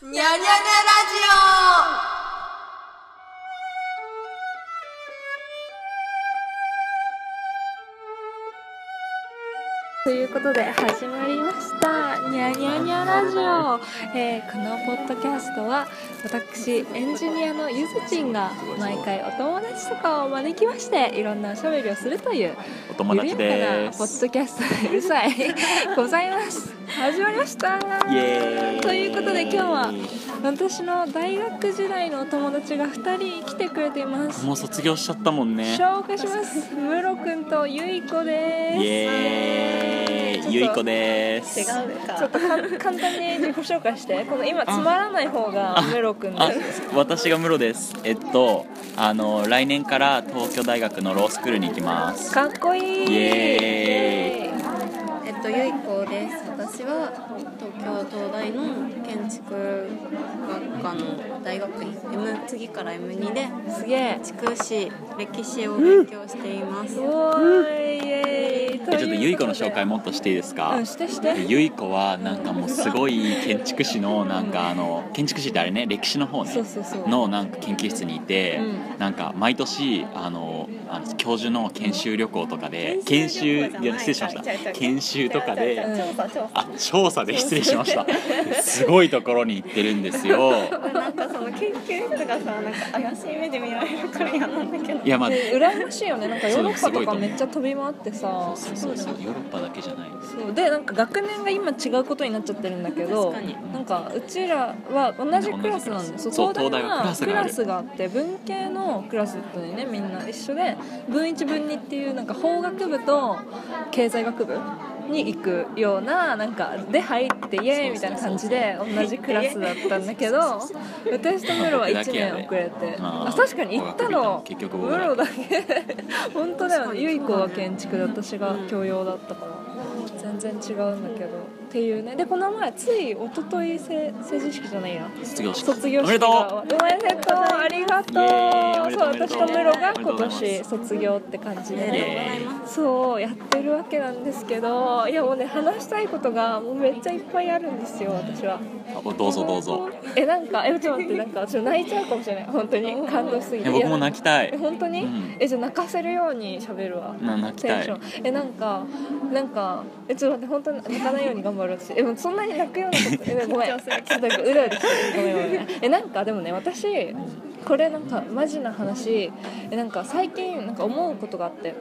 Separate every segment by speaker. Speaker 1: にゃにゃにゃラジオ
Speaker 2: ということで始まりました「にゃにゃにゃラジオ」えーこのポッドキャストは私エンジニアのゆずちんが毎回お友達とかを招きましていろんなおしゃべりをするという
Speaker 3: お友達
Speaker 2: 緩やか
Speaker 3: で
Speaker 2: なポッ
Speaker 3: す。
Speaker 2: ドキャストでうるさいございます始まりました
Speaker 3: イエーイ
Speaker 2: ということで今日は私の大学時代のお友達が2人来てくれています
Speaker 3: もう卒業しちゃったもんね。
Speaker 2: 紹介しますムロくんとゆいこで
Speaker 3: イ
Speaker 2: す
Speaker 3: エーイゆいこで
Speaker 2: ち
Speaker 3: す。
Speaker 2: ょっとかん簡単に自己紹介してこの今つまらない方がメロ君で
Speaker 3: あ、私がムロです。えっとあの来年から東京大学のロースクールに行きます。
Speaker 2: かっこいい
Speaker 3: イ
Speaker 2: イエー
Speaker 3: エ
Speaker 2: イ
Speaker 1: えっと、ゆいこです。私は東京東大の建築学科の大学院 M 次から M2 です
Speaker 2: げえ
Speaker 1: 筑紫歴史を勉強しています。
Speaker 2: すごーいイエーイ
Speaker 3: えちょっとゆいこの紹介
Speaker 2: も
Speaker 3: もっとしていいですか
Speaker 2: う。んしてして
Speaker 3: でゆいこはなんかもうすごい建築士のなんかあの建築士ってあれね歴史の方ね
Speaker 2: そうそうそう
Speaker 3: のなんか研究室にいて、
Speaker 2: う
Speaker 3: なんか毎年あのあの教授の研修旅行とかで研
Speaker 4: 研修
Speaker 3: 修い
Speaker 4: 旅行じゃない
Speaker 3: や失礼しました
Speaker 4: 違う違う違う
Speaker 3: 研修とか
Speaker 4: 違う違
Speaker 3: で
Speaker 4: う違う調査調査
Speaker 3: あ調査で失礼しましたすごいところに行ってるんですよ
Speaker 4: なんかその研究室がさなんか怪しい目で見られるから嫌なんだけど
Speaker 3: いやまあ
Speaker 2: え羨ましいよねなんかヨーロッパとかめっちゃ飛び回ってさ
Speaker 3: そうそうそうそうヨーロッパだけじゃないです
Speaker 2: そうでなんか学年が今違うことになっちゃってるんだけど
Speaker 1: 確かに
Speaker 2: なんかうちらは同じクラスなんですそ
Speaker 3: 同じクラス
Speaker 2: う
Speaker 3: そう
Speaker 2: 東大は
Speaker 3: 東
Speaker 2: ク
Speaker 3: 大は
Speaker 2: ラ
Speaker 3: クラ
Speaker 2: ス
Speaker 3: ス
Speaker 2: があって文系のクラスってねみんな一緒で文一文二っていうなんか法学部と経済学部に行くようななんかで入ってイエーイみたいな感じで同じクラスだったんだけど私とムロは1年遅れて
Speaker 3: まあ
Speaker 2: あ確かに行ったの
Speaker 3: 結局
Speaker 2: ム
Speaker 3: 僕ら
Speaker 2: ロだけ本当だよね
Speaker 1: そう
Speaker 2: ゆい子は建築で私が教養だったから。全然違うんだけど、っていうねでこの前つい一昨日せ成人式じゃないや
Speaker 3: 卒業式
Speaker 2: 卒業
Speaker 3: おめで
Speaker 2: 式
Speaker 3: と
Speaker 2: が
Speaker 3: う
Speaker 2: おめでとうありがとう
Speaker 3: イエーイおめで
Speaker 2: そう私
Speaker 3: とうおめでとう
Speaker 2: とムロが今
Speaker 3: おめでとうござい
Speaker 2: 年
Speaker 3: ます
Speaker 2: 卒業って感じで
Speaker 1: おめでとうご
Speaker 2: ね
Speaker 1: ざいます。
Speaker 2: そうやってるわけなんですけどいやもうね話したいことがもうめっちゃいっぱいあるんですよ私は
Speaker 3: あどうぞどうぞ
Speaker 2: えなんかえちょっと待ってなんかちょっと泣いちゃうかもしれない本当に感動しすぎ
Speaker 3: い
Speaker 2: て
Speaker 3: や僕も泣きたい
Speaker 2: え本当に、
Speaker 3: うん
Speaker 2: えじゃあ泣かせるように喋るわ
Speaker 3: な泣き
Speaker 2: テ
Speaker 3: た
Speaker 2: ン
Speaker 3: い
Speaker 2: ションえなんかなんかえちょっと待って本当に泣かないように頑張る私えもうそんなに泣くようなことえごめんちょっとなんかうらうらしてるごめんごめんえなんかでもね私これなんかマジな話えなんか最近なんか思うことがあって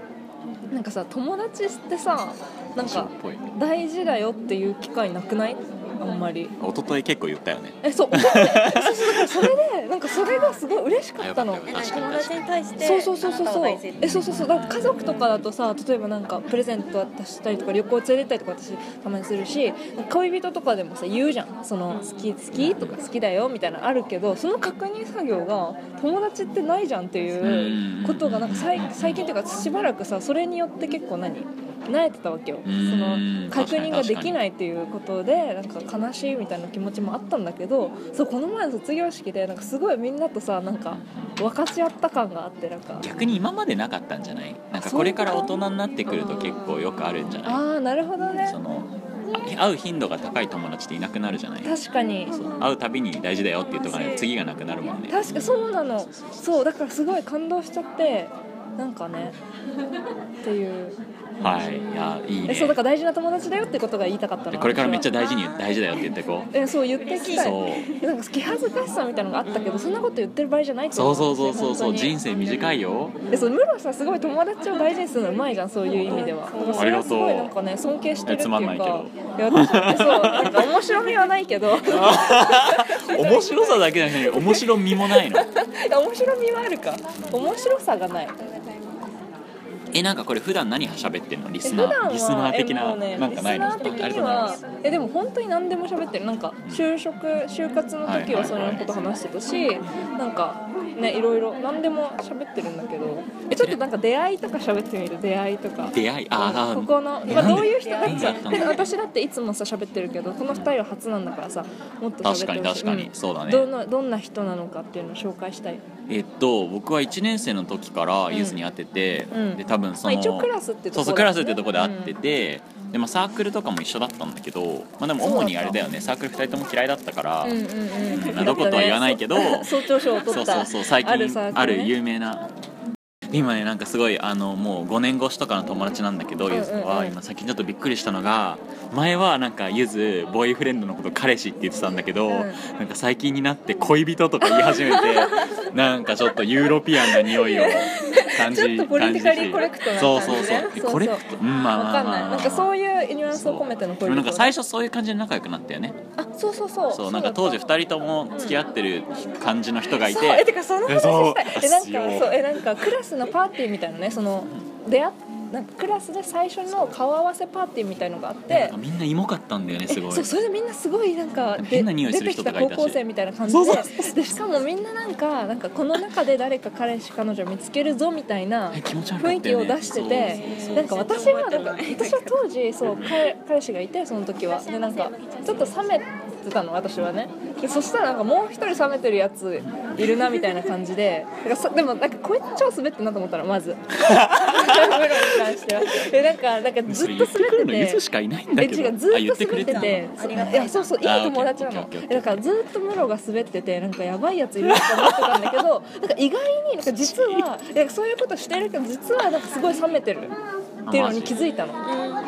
Speaker 2: なんかさ友達ってさなん
Speaker 3: ション
Speaker 2: か
Speaker 3: っぽい
Speaker 2: 大事だよっていう機会なくないあんまり
Speaker 3: 一昨日結構言ったよね
Speaker 2: えそう 思ってそうそうだからそれでなんかそれがすごい嬉しかったの
Speaker 3: あよかったよかっ
Speaker 1: え、
Speaker 3: た
Speaker 1: 何友達に対して。
Speaker 2: そうそうそうそう
Speaker 1: あなた
Speaker 2: そ
Speaker 1: は
Speaker 2: う
Speaker 1: 大事
Speaker 2: えそうそうそうだって家族とかだとさ例えばなんかプレゼント渡したりとか旅行連れてったりとか私たまにするし恋人とかでもさ言うじゃんその好き好きとか好きだよみたいなのあるけどその確認作業が友達ってないじゃんっていうことがなんかさい最近っていうかしばらくさそれによって結構何慣れてたわけよそ
Speaker 3: うん
Speaker 2: の確認ができ
Speaker 3: 確かに確か
Speaker 2: ないっていうことでなんか悲しいみたいな気持ちもあったんだけどそうこの前の卒業式でなんかすごいみんなとさなんか分かち合った感があってなんか
Speaker 3: 逆に今までなかったんじゃないなんかこれから大人になってくると結構よくあるんじゃない
Speaker 2: ああなるほどね
Speaker 3: その会う頻度が高い友達っていなくなるじゃない
Speaker 2: 確かに
Speaker 3: そう会うたびに大事だよって言っとかないと次がなくなるもんね
Speaker 2: 確かそうなのそうだからすごい感動しちゃってなんかねっていう
Speaker 3: はいいやいい
Speaker 2: え
Speaker 3: ね
Speaker 2: そうだから大事な友達だよってことが言いたかった
Speaker 3: で
Speaker 2: の
Speaker 3: これからめっちゃ
Speaker 2: 私は
Speaker 3: 大事に大事だよって言ってこ
Speaker 2: えそう言っていき
Speaker 3: う
Speaker 2: たい
Speaker 3: そう
Speaker 2: なんか気恥ずかしさみたいなのがあったけどそんなこと言ってる場合じゃないと
Speaker 3: そ
Speaker 2: 思
Speaker 3: うそうそうそうそう
Speaker 2: 本当に
Speaker 3: 人生短いよ
Speaker 2: えそうムロさんすごい友達を大事にするのうまいじゃんそういう意味では
Speaker 3: ありがとう
Speaker 2: それはすごいなんかね尊敬してるっていうか
Speaker 3: えつまんないけど
Speaker 2: いや私はそうなんか面白みはない けど
Speaker 3: 面白さだけじゃなくて面白みもないの
Speaker 2: い や面白みはあるか面白さがない
Speaker 3: えなんかこれ普段何喋ってんのリ
Speaker 2: え
Speaker 3: ス
Speaker 2: 普
Speaker 3: ナ
Speaker 2: 段は
Speaker 3: ーリスナー的
Speaker 2: えも
Speaker 3: な
Speaker 2: うね
Speaker 3: なんかないの
Speaker 2: リスナー的
Speaker 3: ありが
Speaker 2: に
Speaker 3: とうございま
Speaker 2: は
Speaker 3: す
Speaker 2: えでも本当に何でも喋ってるなんか就職就活の時はそのこと話してたし、なんかねいろいろ何でも喋ってるんだけどえちょっとなんか出会いとか喋ってみる出会いとか
Speaker 3: 出会いあ
Speaker 2: こ
Speaker 3: ー
Speaker 2: この、
Speaker 3: え
Speaker 2: まあ、
Speaker 3: なんで
Speaker 2: どういう人だっ
Speaker 3: なん
Speaker 2: て
Speaker 3: でだったの
Speaker 2: なんか 私だっていつもさ喋ってるけどこの2人は初なんだからさもっと
Speaker 3: あー確か
Speaker 2: 喋っ
Speaker 3: に
Speaker 2: てほしい
Speaker 3: 確かに
Speaker 2: うん
Speaker 3: そうだね
Speaker 2: どのどんな人なのかっていうのを紹介したい、
Speaker 3: えっと僕は1年生の時からユズに会ってて、
Speaker 2: うん
Speaker 3: で多分
Speaker 2: ま
Speaker 3: そ
Speaker 2: あ、
Speaker 3: の、
Speaker 2: 一応クラスってとこ
Speaker 3: そうそうクラスってとこで会ってて、でまあサークルとかも一緒だったんだけど、まあ、でも主にあれだよねサークル2人とも嫌いだったから、
Speaker 2: うんうん
Speaker 3: う
Speaker 2: うんん
Speaker 3: まあどことは言わないけ ど
Speaker 2: 総長賞を
Speaker 3: そ
Speaker 2: 取
Speaker 3: う
Speaker 2: った
Speaker 3: そうそう最近ある,、
Speaker 2: サークルね
Speaker 3: 有名な今ねなんかすごいあのもう5年越しとかの友達なんだけど
Speaker 2: んうん
Speaker 3: ゆずとは今最近ちょっとびっくりしたのが前はなんかゆずボーイフレンドのこと彼氏って言ってたんだけど、
Speaker 2: うん
Speaker 3: なんか最近になって恋人とか言い始め てなんかちょっとユーロピアンな匂いを感じ
Speaker 2: ちょっとポリティカリーコレクトな感じね
Speaker 3: そうそうそうえコレクトうんまあ
Speaker 2: わ
Speaker 3: ま
Speaker 2: か
Speaker 3: あ
Speaker 2: ん
Speaker 3: ま
Speaker 2: な
Speaker 3: あま
Speaker 2: い
Speaker 3: あ
Speaker 2: なんかそういうニュアンスを込めての
Speaker 3: で
Speaker 2: 恋
Speaker 3: も
Speaker 2: 人
Speaker 3: なんか最初そういう感じで仲良くなったよね
Speaker 2: あそうそうそう
Speaker 3: そうなんか当時
Speaker 2: 人
Speaker 3: 2人とも付き合ってる感じの人がいて
Speaker 2: そうえてかその話したい
Speaker 3: え
Speaker 2: えなん
Speaker 3: そう
Speaker 2: かそうえなんかクラスのパーティーみたいなねその出会っなんかクラスで最初の顔合わせパーティーみたいのがあっ
Speaker 3: なん
Speaker 2: て
Speaker 3: かみんなイモかったんだよねすごい
Speaker 2: そうそれでみんなすごいなんかで
Speaker 3: 変な匂いする人とかい
Speaker 2: 出て
Speaker 3: たし
Speaker 2: き高校生みたいな感じででしかもみんななんかなんかこの中で誰か彼氏彼女見つけるぞみたいな
Speaker 3: え気持ち悪か
Speaker 2: 雰
Speaker 3: っ
Speaker 2: 囲
Speaker 3: た
Speaker 2: 気
Speaker 3: よ
Speaker 2: を
Speaker 3: ね
Speaker 2: 出してて
Speaker 3: そう
Speaker 2: なんか私はなんか私は当時そう彼彼氏がいてその時はでなんかちょっと冷めてたの私はねでそしたらなんかもう一人冷めてるやついるなみたいな感じでだからそでもなんかこいつ超滑ってんなと思ったらま ず プロに関してはでなんかなんかず
Speaker 3: それ
Speaker 2: っと
Speaker 3: 言っ
Speaker 2: 滑
Speaker 3: てくる
Speaker 2: っ
Speaker 3: の
Speaker 2: て
Speaker 3: ゆ
Speaker 2: て
Speaker 3: ずしかいないんだ
Speaker 2: え
Speaker 3: けど
Speaker 2: 違うずっと
Speaker 3: あ言ってく
Speaker 2: 滑
Speaker 3: れ
Speaker 2: ってて
Speaker 3: た
Speaker 2: てそ
Speaker 3: の
Speaker 2: ういやそうそういい
Speaker 3: あ
Speaker 2: 友達な
Speaker 3: オッ
Speaker 2: の
Speaker 3: ケーオッケーオッケーオ
Speaker 2: だか
Speaker 3: ッケー
Speaker 2: らずっとムロが滑っててなんかやばいやついるなと思ってたん だけどなんか意外になんか実はいやそういうことしてるけど実はなんかすごい冷めてるっていうのに気づいたの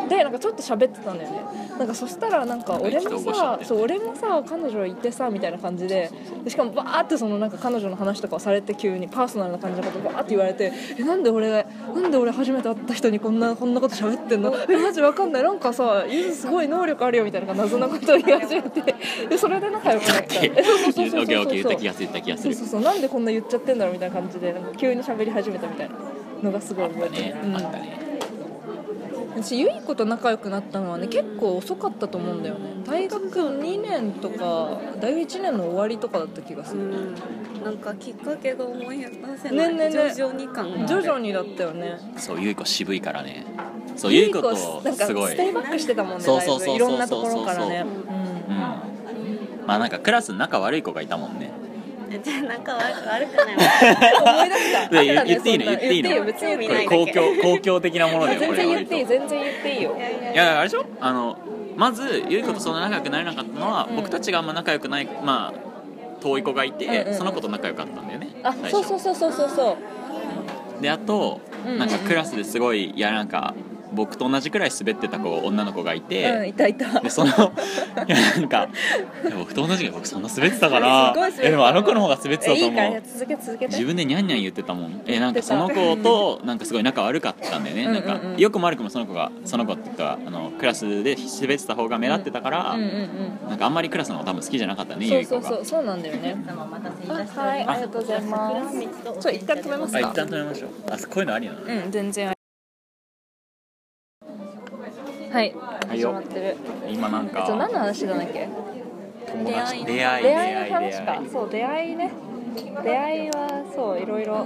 Speaker 2: でなんかちょっと喋ってたんだよねなんかそしたらなんか俺
Speaker 3: なんか意
Speaker 2: も
Speaker 3: 気投合しちゃっ
Speaker 2: さ
Speaker 3: て
Speaker 2: そう俺もさ彼女いてさみたいな感じででしかもバーってそのなんか彼女の話とかをされて急にパーソナルな感じのことバーって言われてえなんで俺なんで俺初めて会った人にこんなこんなこと喋ってんのえマジわかんないなんかさゆずすごい能力あるよみたいな謎なことを言い始め てでそれで仲良くなった
Speaker 3: オッケ
Speaker 2: えそうそうそう
Speaker 3: ー
Speaker 2: そ
Speaker 3: オ
Speaker 2: う
Speaker 3: ッケーオッケー言っ
Speaker 2: そ
Speaker 3: た
Speaker 2: う
Speaker 3: 気がする言った気がす
Speaker 2: そう
Speaker 3: る
Speaker 2: そうそうなんでこんな言っちゃってんだろうみたいな感じでなんか急に喋り始めたみたいなのがすごい覚えてる
Speaker 3: ね
Speaker 2: うん
Speaker 3: あったね
Speaker 2: 私ゆい子と仲良くなったのはね結構遅かったと思うんだよね大学2年とか大学1年の終わりとかだった気がす
Speaker 1: う
Speaker 2: る
Speaker 1: ん、なんかきっかけが思い出せな
Speaker 2: ね
Speaker 1: い、
Speaker 2: ねね
Speaker 1: 徐々に感がある
Speaker 2: 徐々にだったよね
Speaker 3: そうゆいこ渋いからねそうゆいこと
Speaker 2: なんか
Speaker 3: すごい
Speaker 2: ステイバックしてたもんね
Speaker 3: そう
Speaker 2: だい
Speaker 3: そう
Speaker 2: ぶ
Speaker 3: そうそう
Speaker 2: いろんなところからね
Speaker 3: そう
Speaker 2: うん
Speaker 3: うんまあなんかクラスの仲悪い子がいたもんね
Speaker 4: なんか悪く悪くないわ
Speaker 2: 思い出したあった
Speaker 3: で
Speaker 2: ね
Speaker 3: 言っていいの
Speaker 2: そんな
Speaker 3: 言っていいの
Speaker 2: 言っていいよ別に
Speaker 3: こ
Speaker 2: 言
Speaker 3: れ
Speaker 2: っていいん
Speaker 3: 公
Speaker 2: だけど
Speaker 3: 共公共的なものだよこ
Speaker 2: 全
Speaker 3: れ
Speaker 2: 然言
Speaker 3: 割
Speaker 2: っていい
Speaker 3: と
Speaker 2: 全然言っていいよ
Speaker 3: いやあれでしょあのまずゆい子とそんな仲良くなれなかったのは、僕たちがあんま仲良くないまあ遠い子がいて、
Speaker 2: うんうんうん
Speaker 3: その子と仲良かったんだよね
Speaker 2: あ
Speaker 3: 最初
Speaker 2: そうそうそうそうそうそう
Speaker 3: であと
Speaker 2: うんうん
Speaker 3: なんかクラスですごいいやなんか僕と同じくらい滑ってた子女の子がい
Speaker 2: うん
Speaker 3: て、
Speaker 2: いたいた
Speaker 3: でその いやなんかいや僕と同じくらい僕そんな滑ってたかな
Speaker 2: すごい滑ってた
Speaker 3: えでもあの子の方が滑ってたと
Speaker 2: えい
Speaker 3: 思
Speaker 2: いから
Speaker 3: う
Speaker 2: 続け続けて
Speaker 3: 自分でニャンニャン言ってたもんえなんかその子となんかすごい仲悪かったんだよね
Speaker 2: うん
Speaker 3: な
Speaker 2: うんん
Speaker 3: かよくも悪くもその子がその子っていうかあのクラスで滑ってた方が目立ってたから、
Speaker 2: うんうんうん
Speaker 3: なんかあんまりクラスの方が多分好きじゃなかったね
Speaker 2: そ
Speaker 3: ゆ
Speaker 2: う
Speaker 3: い
Speaker 2: そ
Speaker 3: 子
Speaker 2: う
Speaker 3: が
Speaker 2: そうそうなんだよねはいありがとうございますちょ一旦止めます
Speaker 3: あ
Speaker 2: か
Speaker 3: 一旦止めましょうあこういうのありなの
Speaker 2: うん全然ありはい
Speaker 3: い
Speaker 2: 始
Speaker 3: よ
Speaker 2: まってる
Speaker 3: 今なん
Speaker 2: え
Speaker 3: か
Speaker 2: っと何の話だったっけ
Speaker 3: 友達
Speaker 1: 出
Speaker 3: 出会い
Speaker 2: 出会いの話かそう出会いね出会いはそういろいろ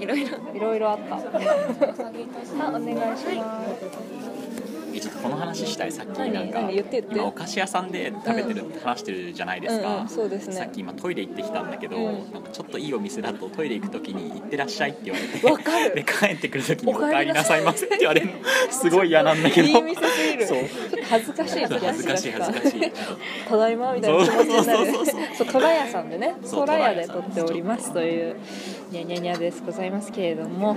Speaker 1: いろいろ
Speaker 2: いろいろあっ たあお願いします
Speaker 3: えちょっとこの話したいさっき
Speaker 2: 何
Speaker 3: なんか
Speaker 2: 何言って言って
Speaker 3: 今お菓子屋さんで食べてるって話してるじゃないですか、
Speaker 2: うんうんそうですね
Speaker 3: さっき今トイレ行ってきたんだけど、
Speaker 2: うん
Speaker 3: なんかちょっといいお店だとトイレ行く時に「行ってらっしゃい」って言われて
Speaker 2: わかる
Speaker 3: で帰ってくる時に「お
Speaker 2: お
Speaker 3: 帰
Speaker 2: 帰
Speaker 3: り
Speaker 2: り
Speaker 3: な
Speaker 2: な
Speaker 3: さ
Speaker 2: さ
Speaker 3: い
Speaker 2: い
Speaker 3: ませ」って言われるのすごい嫌なんだけど
Speaker 2: いい店すぎる
Speaker 3: そう
Speaker 2: ちょっと恥ずかしい
Speaker 3: そう恥ずかしい恥ずかしい
Speaker 2: ただいまみたいな気持ちになる
Speaker 3: そうそうそうそう
Speaker 2: そう虎屋さんでね
Speaker 3: そう
Speaker 2: 虎屋で撮っておりますというニャニャニャですございますけれども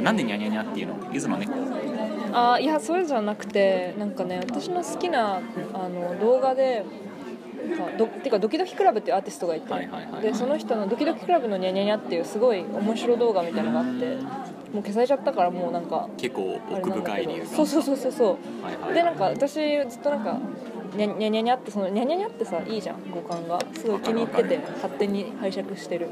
Speaker 3: なんでニャニャニャっていうのゆずの猫
Speaker 2: あいやそれじゃなくてなんかね私の好きなあの動画でなんかどてかドキドキクラブっていうアーティストがいて、
Speaker 3: はいはいはい
Speaker 2: でその人の「ドキドキクラブのニャニャニャ」っていうすごい面白動画みたいなのがあってもう消されちゃったからもうなんか
Speaker 3: 結構
Speaker 2: あれ
Speaker 3: 奥
Speaker 2: なんだ
Speaker 3: 深
Speaker 2: け
Speaker 3: い理由
Speaker 2: ど
Speaker 3: が
Speaker 2: そうそうそうそうそう
Speaker 3: はいはいはい
Speaker 2: でなんか私ずっとなんかにゃにゃにゃにゃってそのにゃにゃにゃってさいいじゃん五感がすごい気に入って
Speaker 3: わかる
Speaker 2: て
Speaker 3: わか
Speaker 2: 勝手に拝借してる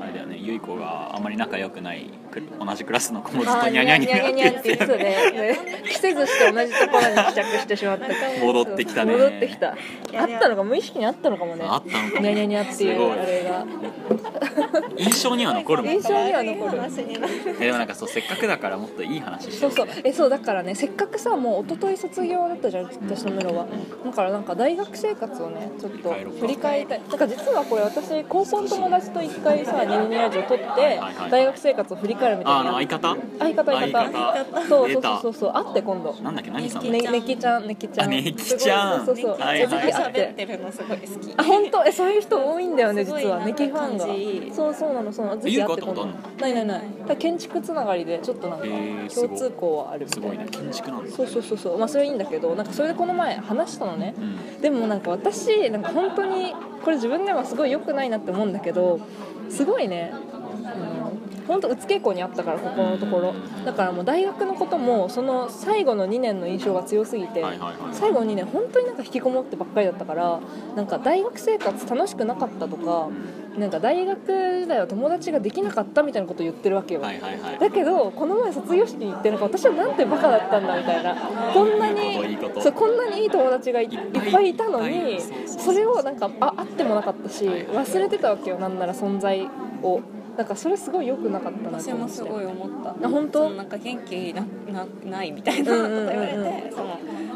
Speaker 3: あれだよねゆい子があんまり仲良くないく同じクラスの子もずっ
Speaker 2: あ
Speaker 3: と
Speaker 2: ー
Speaker 3: ニャニャニャって言
Speaker 2: ニャニャニャ
Speaker 3: っ
Speaker 2: ってて言ってたねで着せずして同じところに試着してしまって
Speaker 3: 戻ってきたね
Speaker 2: 戻ってきたあったのか無意識にあったのかもね
Speaker 3: あったのかも
Speaker 2: ニャニャニャってい
Speaker 3: すご
Speaker 2: う
Speaker 3: い
Speaker 2: あれが
Speaker 3: 印象には残るもん
Speaker 2: 印象には残る
Speaker 4: 話になる
Speaker 3: えでもなんかそうせっかくだからもっといい話して
Speaker 2: そう
Speaker 3: ほしい
Speaker 2: そうえそうだからねせっかくさもう一昨日卒業だったじゃん私のムロはだからなんか大学生活をねちょっと振り返りたいなんか実はこれ私高校の友達と一回さニャニャニャラジオ撮って
Speaker 3: はいはい
Speaker 2: 大学生活を振りかるみ
Speaker 3: あ
Speaker 2: た
Speaker 3: あ
Speaker 2: い
Speaker 3: の
Speaker 2: な
Speaker 3: 相方
Speaker 2: 相方相
Speaker 3: 相
Speaker 2: 方
Speaker 3: 方
Speaker 2: そう
Speaker 3: 出た
Speaker 2: そうそうそう会って今度
Speaker 3: なんだっけ何さん
Speaker 1: ね
Speaker 2: ねねきちゃんねきちゃ
Speaker 3: あ
Speaker 2: ん
Speaker 3: ねきちゃん
Speaker 2: そうそうそうそう
Speaker 3: はい
Speaker 2: ぜ
Speaker 3: は
Speaker 2: ひ
Speaker 3: いは
Speaker 2: 会
Speaker 3: い
Speaker 2: っ
Speaker 4: 喋っててるのすごい好き。
Speaker 2: あ本当えそういう人多いんだよね
Speaker 1: す
Speaker 2: 実
Speaker 1: ごい
Speaker 2: はねきファン
Speaker 1: なんか感じ
Speaker 2: がそうそうなのそうなのぜひ会って
Speaker 3: ゆう
Speaker 2: 今
Speaker 3: こ
Speaker 2: 度
Speaker 3: 会ったこ
Speaker 2: ないないないただ建築つながりでちょっとなんか
Speaker 3: へーすごい
Speaker 2: 共通項はあるみた
Speaker 3: す
Speaker 2: い
Speaker 3: ごい
Speaker 2: な
Speaker 3: ね建築なんだ
Speaker 2: そうそうそうそうまあそれはいいんだけどなんかそれでこの前話したのね
Speaker 3: うん
Speaker 2: でもなんか私なんか本当にこれ自分ではすごい良くないなって思うんだけどすごいねうん本当うつ傾向にあったからここのところだからもう大学のこともその最後の2年の印象が強すぎて、
Speaker 3: はいはいはい
Speaker 2: 最後の2年本当になんか引きこもってばっかりだったからなんか大学生活楽しくなかったとかなんか大学時代は友達ができなかったみたいなことを言ってるわけよ、
Speaker 3: はいはいはい
Speaker 2: だけどこの前卒業式に行ってなんか私はなんてバカだったんだみたいなこんなに
Speaker 3: いいこといいこと
Speaker 2: そうこんなにいい友達がいい
Speaker 3: いっぱい
Speaker 2: っぱいいたの
Speaker 3: いっ
Speaker 2: に
Speaker 3: ぱいそうそうそう
Speaker 2: それをなんかああってもなかったし
Speaker 3: はい
Speaker 2: 忘れてたわけよなんなら存在をなんかそれすごい良くなかったな
Speaker 1: 私
Speaker 2: と思
Speaker 1: も
Speaker 2: って
Speaker 1: すごい思った
Speaker 2: あ本当
Speaker 1: そのなんか元気ななないみたいなこと言われて、
Speaker 2: うんうんうん
Speaker 1: その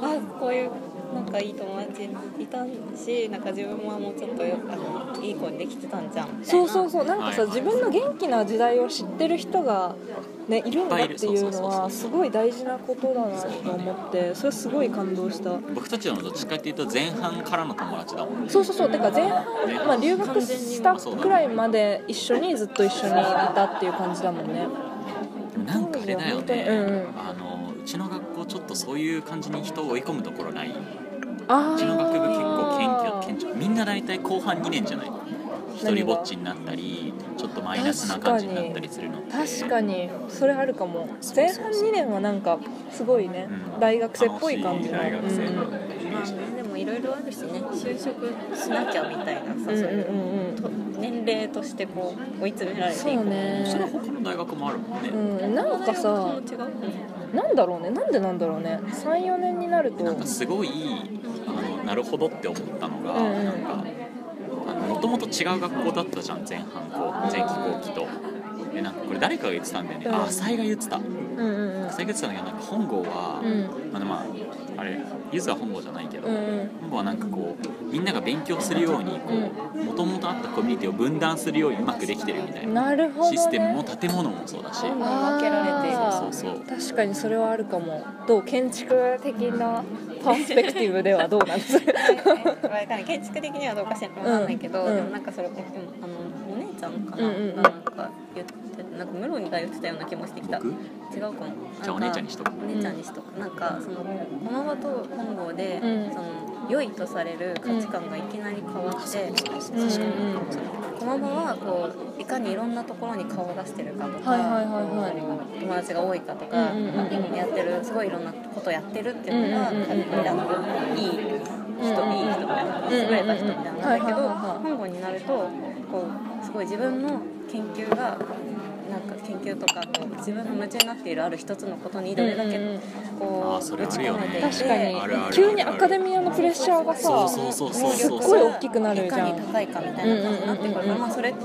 Speaker 4: あこういうなんかいい友達いたしなんか自分ももうちょっとよあのいい子にできてたんじゃんみたい
Speaker 2: そ
Speaker 4: な
Speaker 2: うそうそうなんかさ
Speaker 3: はいはい
Speaker 2: 自分の元気な時代を知ってる人がねいるんだっていうの
Speaker 3: いっぱいいるそうそうそうそう
Speaker 2: はすごい大事なことだなと思ってそれすごい感動した
Speaker 3: 僕たちはどっちかっていうと前半からの友達だもん
Speaker 2: そうそうそうだから前半、まあ、留学したくらいまで一緒にずっと一緒にいたっていう感じだもんね
Speaker 3: でもなんかあれだよ
Speaker 2: そうですよ本当にう
Speaker 3: ね
Speaker 2: んうん
Speaker 3: あのうちの学校ちょっとそういう感じに人を追い込むところないう
Speaker 2: ああ
Speaker 3: ちの学部結構謙虚謙虚みんな大体後半2年じゃない一人ぼっちになったりちょっとマイナスな感じになったりするのって
Speaker 2: 確かにそれあるかも
Speaker 3: そうそう
Speaker 2: 前
Speaker 3: そう
Speaker 2: 半2年はなんかすごいね、
Speaker 3: うん
Speaker 2: 大学生っぽい感じの
Speaker 3: 楽しい大学生
Speaker 4: まあねでもいろいろあるしね就職しなきゃみたいな
Speaker 2: う
Speaker 4: さ、
Speaker 2: んうん
Speaker 4: そういう
Speaker 2: うんうんうん
Speaker 4: と年齢としてこう追い詰められてい
Speaker 2: そ
Speaker 4: く
Speaker 2: うね
Speaker 3: それは他の大学もあるもんね、
Speaker 2: うん、なんかさ
Speaker 4: 違うもんね
Speaker 2: なんだろうねなんでなんだろうね34年になると
Speaker 3: なんかすごいあのなるほどって思ったのが、
Speaker 2: うんうん
Speaker 3: なんかもともと違う学校だったじゃん前半校前期後期とでなんかこれ誰かが言ってたんだよね、
Speaker 2: うん
Speaker 3: あ浅井が言ってた
Speaker 2: うんうんうん
Speaker 3: 浅井が言ってたんだけどなんか本郷は、
Speaker 2: う
Speaker 3: あのまああれゆずは本郷じゃないけど、
Speaker 2: うんうん
Speaker 3: 本郷はなんかこうみんなが勉強するようにもともとあったコミュニティを分断するようにうまくできてるみたいな
Speaker 2: なるほど、ね、
Speaker 3: システムも建物もそうだし、
Speaker 2: 分けられて
Speaker 3: そうそうそう
Speaker 2: 確かにそれはあるかもどう建築的なパースペクティブではどうなん ですか
Speaker 4: わかんない建築的にはどうかしらわかんないけど、
Speaker 2: うん
Speaker 4: でもなんかそれでもあのお姉ちゃんかな、
Speaker 2: うんうんうん
Speaker 4: がなんか言っててなんか室にが言ってたような気もしてきた違
Speaker 3: 僕
Speaker 4: うかも
Speaker 3: じゃあお姉ちゃんにしとく
Speaker 4: お姉ちゃんにしとく、なんかその駒場と本郷で、
Speaker 2: うん
Speaker 4: その良いとされる価値観がいきなり変わって、
Speaker 2: うんうん
Speaker 4: 駒場はこういかにいろんなところに顔を出してるかとか、
Speaker 2: はいはいはいはい
Speaker 4: 友達が多いかとか、
Speaker 2: うんうんうんうん
Speaker 4: やってるすごいいろんなことやってるっていうのが、
Speaker 2: うんうんうんうん
Speaker 4: みんなのいい人、いい人みたいな優れた人みたいなな
Speaker 2: うんうんうんはいは
Speaker 4: んだけど、
Speaker 2: いはい
Speaker 4: 本郷になるとこうすごい自分の研究がなんか研究とかこう自分の夢中になっているある一つのことにどれだけ
Speaker 2: うんうんうん
Speaker 3: あ
Speaker 4: こ
Speaker 3: ー
Speaker 4: う
Speaker 3: それ
Speaker 4: 打
Speaker 3: あ
Speaker 4: ち
Speaker 3: るよ
Speaker 4: 込
Speaker 3: ね
Speaker 4: めていて
Speaker 2: 確かに
Speaker 3: あるあるある
Speaker 2: 急にアカデミアのプレッシャーがさ
Speaker 3: そうそうそうそうそう
Speaker 2: すっごい大きくなるじゃん
Speaker 4: いかに高いかみたいな感じになってくるから、
Speaker 2: うんうんうんうん
Speaker 4: まあ、それって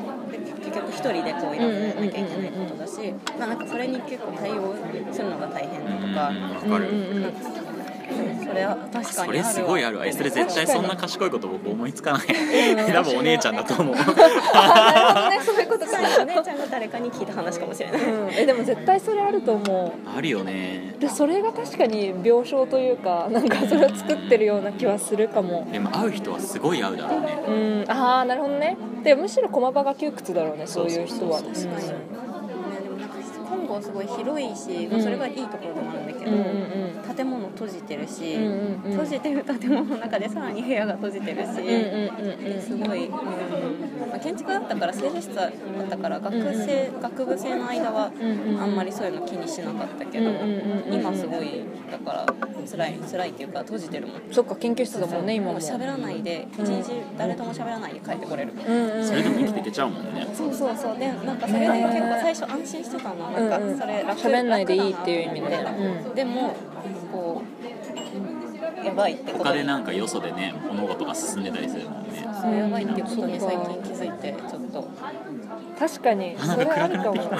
Speaker 4: 結局一人でこういろいろやらなきゃいけないことだし、まあ、なんかそれに結構対応するのが大変だとか、
Speaker 3: うんわかる、
Speaker 2: うんうん
Speaker 4: それは確かにあるわ
Speaker 3: それすごいあるわえそれ絶対そんな賢いこと僕思いつかない 多分お姉ちゃんだと思う
Speaker 2: あなるほどねそういうことか、
Speaker 4: お姉ちゃんが誰かに聞いた話かもしれない、
Speaker 2: うん、えでも絶対それあると思
Speaker 3: あるよね
Speaker 2: うでそれが確かに病床というか なんかそれを作ってるような気はするかも
Speaker 3: でも会う人はすごい合うだろうね
Speaker 2: うんああなるほどねでむしろ駒場が窮屈だろうねそういう人は
Speaker 3: そう
Speaker 1: 確かに、ね、でもなんか本郷すごい広いし、まあそれがいいところでもあるんだけ
Speaker 2: う
Speaker 1: ど、
Speaker 2: んうんうん
Speaker 4: 建物閉じてるし、
Speaker 2: うんうんうん
Speaker 4: 閉じてる建物の中でさらに部屋が閉じてるし、
Speaker 2: うんうんうんうん
Speaker 4: すごい、うんまあ、建築だったから政治室だったから学生、学部生の間は
Speaker 2: んうん
Speaker 4: あんまりそういうの気にしなかったけど、
Speaker 2: うんうんうんうん
Speaker 4: 今すごいだから辛い辛いっていうか閉じてるもん
Speaker 2: そっか研究室だもんね今
Speaker 4: も
Speaker 2: も
Speaker 4: う喋らないで一
Speaker 2: ん
Speaker 4: 日誰とも喋らないで帰ってこれる、
Speaker 2: うんうんうん
Speaker 3: それでも生きていけちゃうもんね
Speaker 4: そうそうそうでなんかそれで結構最初安心してたのなん
Speaker 2: うんうん
Speaker 4: かそれ楽
Speaker 2: 喋んないでいいっていう意味で
Speaker 4: 楽だなと思って
Speaker 2: う
Speaker 4: でもこうやばいってこと
Speaker 3: 他
Speaker 4: に
Speaker 3: でなんかよそでね物事が進んでたりするもんね
Speaker 4: そうやばいってことに最近気づいてちょっと
Speaker 2: 確かに
Speaker 3: あなん
Speaker 2: そ
Speaker 3: か
Speaker 2: れあ
Speaker 3: 暗
Speaker 2: る
Speaker 3: く
Speaker 2: か
Speaker 3: なっ
Speaker 2: も
Speaker 3: てき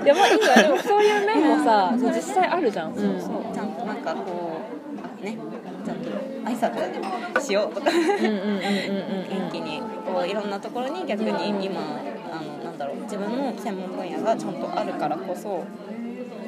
Speaker 3: た
Speaker 2: いやまあいいわでもそういう面もさそう実際あるじゃん、うん
Speaker 4: そうちゃんとなんかこうねちゃんと挨拶 しようとか
Speaker 2: うんうんうんうんうん
Speaker 4: 元気にこういろんなところに逆に今あのなんなんだろう自分の専門分野がちゃんとあるからこそ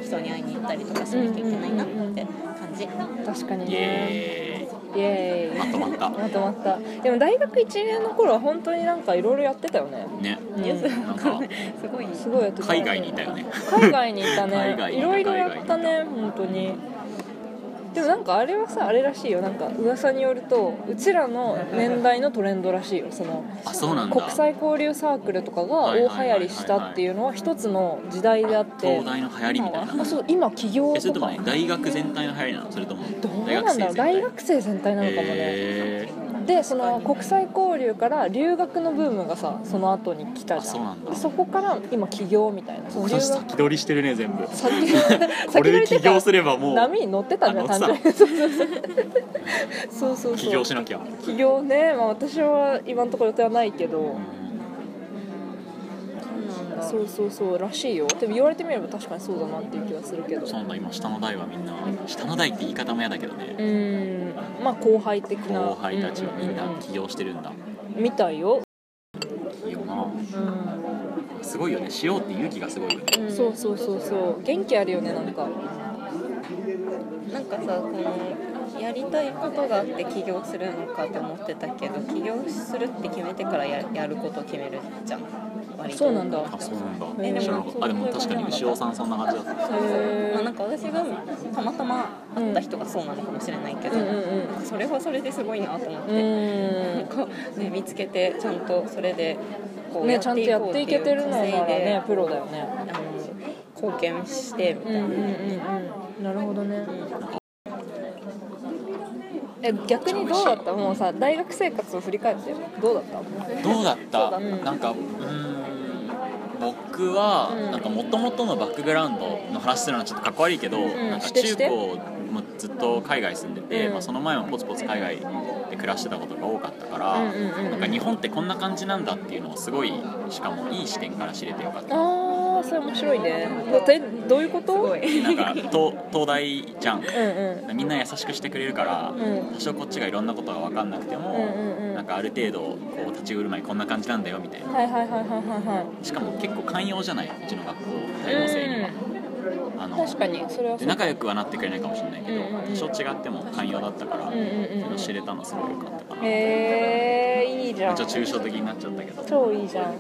Speaker 4: 人に会いに行ったりとかしなきゃいけないなって感じ、
Speaker 2: 確かに
Speaker 3: イ
Speaker 2: ね
Speaker 3: エー
Speaker 2: イエ
Speaker 3: イまとまった
Speaker 2: ーイまとまったでも大学1年の頃は本当になんかいろいろやってたよね、
Speaker 3: ね
Speaker 2: うん
Speaker 4: ニュース
Speaker 3: なんか
Speaker 4: すごい
Speaker 2: すごいやってた
Speaker 3: 海外にいたよね
Speaker 2: 海外に行ったね
Speaker 3: 海外に
Speaker 2: い
Speaker 3: いた
Speaker 2: ろいろやったね本当にでもなんかあれはさあれらしいよなんか噂によるとうちらの年代のトレンドらしいよその
Speaker 3: あそうなんだ
Speaker 2: 国際交流サークルとかが大流行りしたっていうのは一つの時代であって
Speaker 3: 東大の流行りみたいな
Speaker 2: あそう今起業
Speaker 3: えそれ
Speaker 2: と
Speaker 3: と
Speaker 2: か
Speaker 3: もね大学全体の流行りなのそれとも
Speaker 2: どうなんだろう大学生全体なのかもね
Speaker 3: え
Speaker 2: でその国際交流から留学のブームがさその後に来たじゃん
Speaker 3: あそうなんだ
Speaker 2: でそこから今起業みたいな留学
Speaker 3: 私
Speaker 2: 先
Speaker 3: 先取りしてるね全部こ
Speaker 2: 先
Speaker 3: れ
Speaker 2: 取
Speaker 3: で
Speaker 2: り
Speaker 3: 起
Speaker 2: てた
Speaker 3: 業すればもう
Speaker 2: 波に乗ってたんだよ
Speaker 3: あ
Speaker 2: 単
Speaker 3: 乗
Speaker 2: 純
Speaker 3: っ
Speaker 2: に
Speaker 3: て
Speaker 2: そうそうそう
Speaker 3: 起業しなきゃ
Speaker 2: 起業ね、まあ、私は今のところ予定はないけど
Speaker 1: そうなんだ
Speaker 2: そうそうそうらしいよでも言われてみれば確かにそうだなっていう気はするけど
Speaker 3: そうなんだ今下の代はみんな下の代って言い方も嫌だけどね
Speaker 2: うんまあ後輩的な
Speaker 3: 後輩たちはみんな
Speaker 2: うう
Speaker 3: 起業してるんだ
Speaker 2: うんみたいよ、
Speaker 3: 起業な
Speaker 2: うん
Speaker 3: すごいよねしようって勇気がすごいよね
Speaker 2: そうそうそうそう元気あるよねなんか
Speaker 4: なんかさこのやりたいことがあって起業するのかと思ってたけど起業するって決めてからややることを決めるじゃん割と
Speaker 2: そうなんだへ
Speaker 3: あそうなんだ
Speaker 4: えでも
Speaker 3: 知らなかったあでも確かに牛尾さんそんな感じだった
Speaker 2: え
Speaker 4: まあ、なんか私がたまたま会った人がそうなのかもしれないけ
Speaker 2: う
Speaker 4: ど、
Speaker 2: んうん
Speaker 4: なんかそれはそれですごいなと思っ
Speaker 2: う
Speaker 4: て、なん
Speaker 2: ん
Speaker 4: か、ね、見つけてちゃんとそれでこう
Speaker 2: ね
Speaker 4: や
Speaker 2: ちゃんとやっていけてるのなら
Speaker 4: 稼いで
Speaker 2: ねプロだよね
Speaker 4: あの貢献してみ
Speaker 2: う
Speaker 4: た
Speaker 2: ん
Speaker 4: い
Speaker 2: うん
Speaker 4: な、
Speaker 2: うんうんなるほどねえ逆にどうだったもうさ大学生活を振り返ってどうだった
Speaker 3: どうだった、
Speaker 2: うん
Speaker 3: なんかうーん僕は
Speaker 2: うん
Speaker 3: なんか元々のバックグラウンドの話するのはちょっとかっこ悪いけど、
Speaker 2: ん
Speaker 3: なんか
Speaker 2: して
Speaker 3: 中
Speaker 2: して
Speaker 3: 高もずっと海外住んでて、
Speaker 2: うん
Speaker 3: まあ、その前もポツポツ海外で暮らしてたことが多かったから、
Speaker 2: うんうんうんうん
Speaker 3: なんか日本ってこんな感じなんだっていうのをすごいしかもいい視点から知れてよかった。
Speaker 2: あーそれ面白いねだってど ういうことすごい
Speaker 3: なんか東東大じゃん
Speaker 2: うんうん
Speaker 3: みんな優しくしてくれるから、
Speaker 2: うん
Speaker 3: 多少こっちがいろんなことが分かんなくても、
Speaker 2: うんうんうん
Speaker 3: なんかある程度こう立ち振る舞いこんな感じなんだよみたいな
Speaker 2: はいはいはいはいはいは
Speaker 3: しかも結構寛容じゃないうちの学校多様性には、あ
Speaker 2: い
Speaker 3: の
Speaker 2: 確かにそれは
Speaker 3: で
Speaker 2: そう
Speaker 3: 仲良くはなってくれないかもしれないけど、
Speaker 2: うんうんうん
Speaker 3: 多少違っても寛容だったから、
Speaker 2: うんうんうんうん
Speaker 3: 知れたのすごい良かったかな、
Speaker 2: へえいいじゃん
Speaker 3: ちょっと抽象的になっちゃったけど
Speaker 2: 超いいじゃん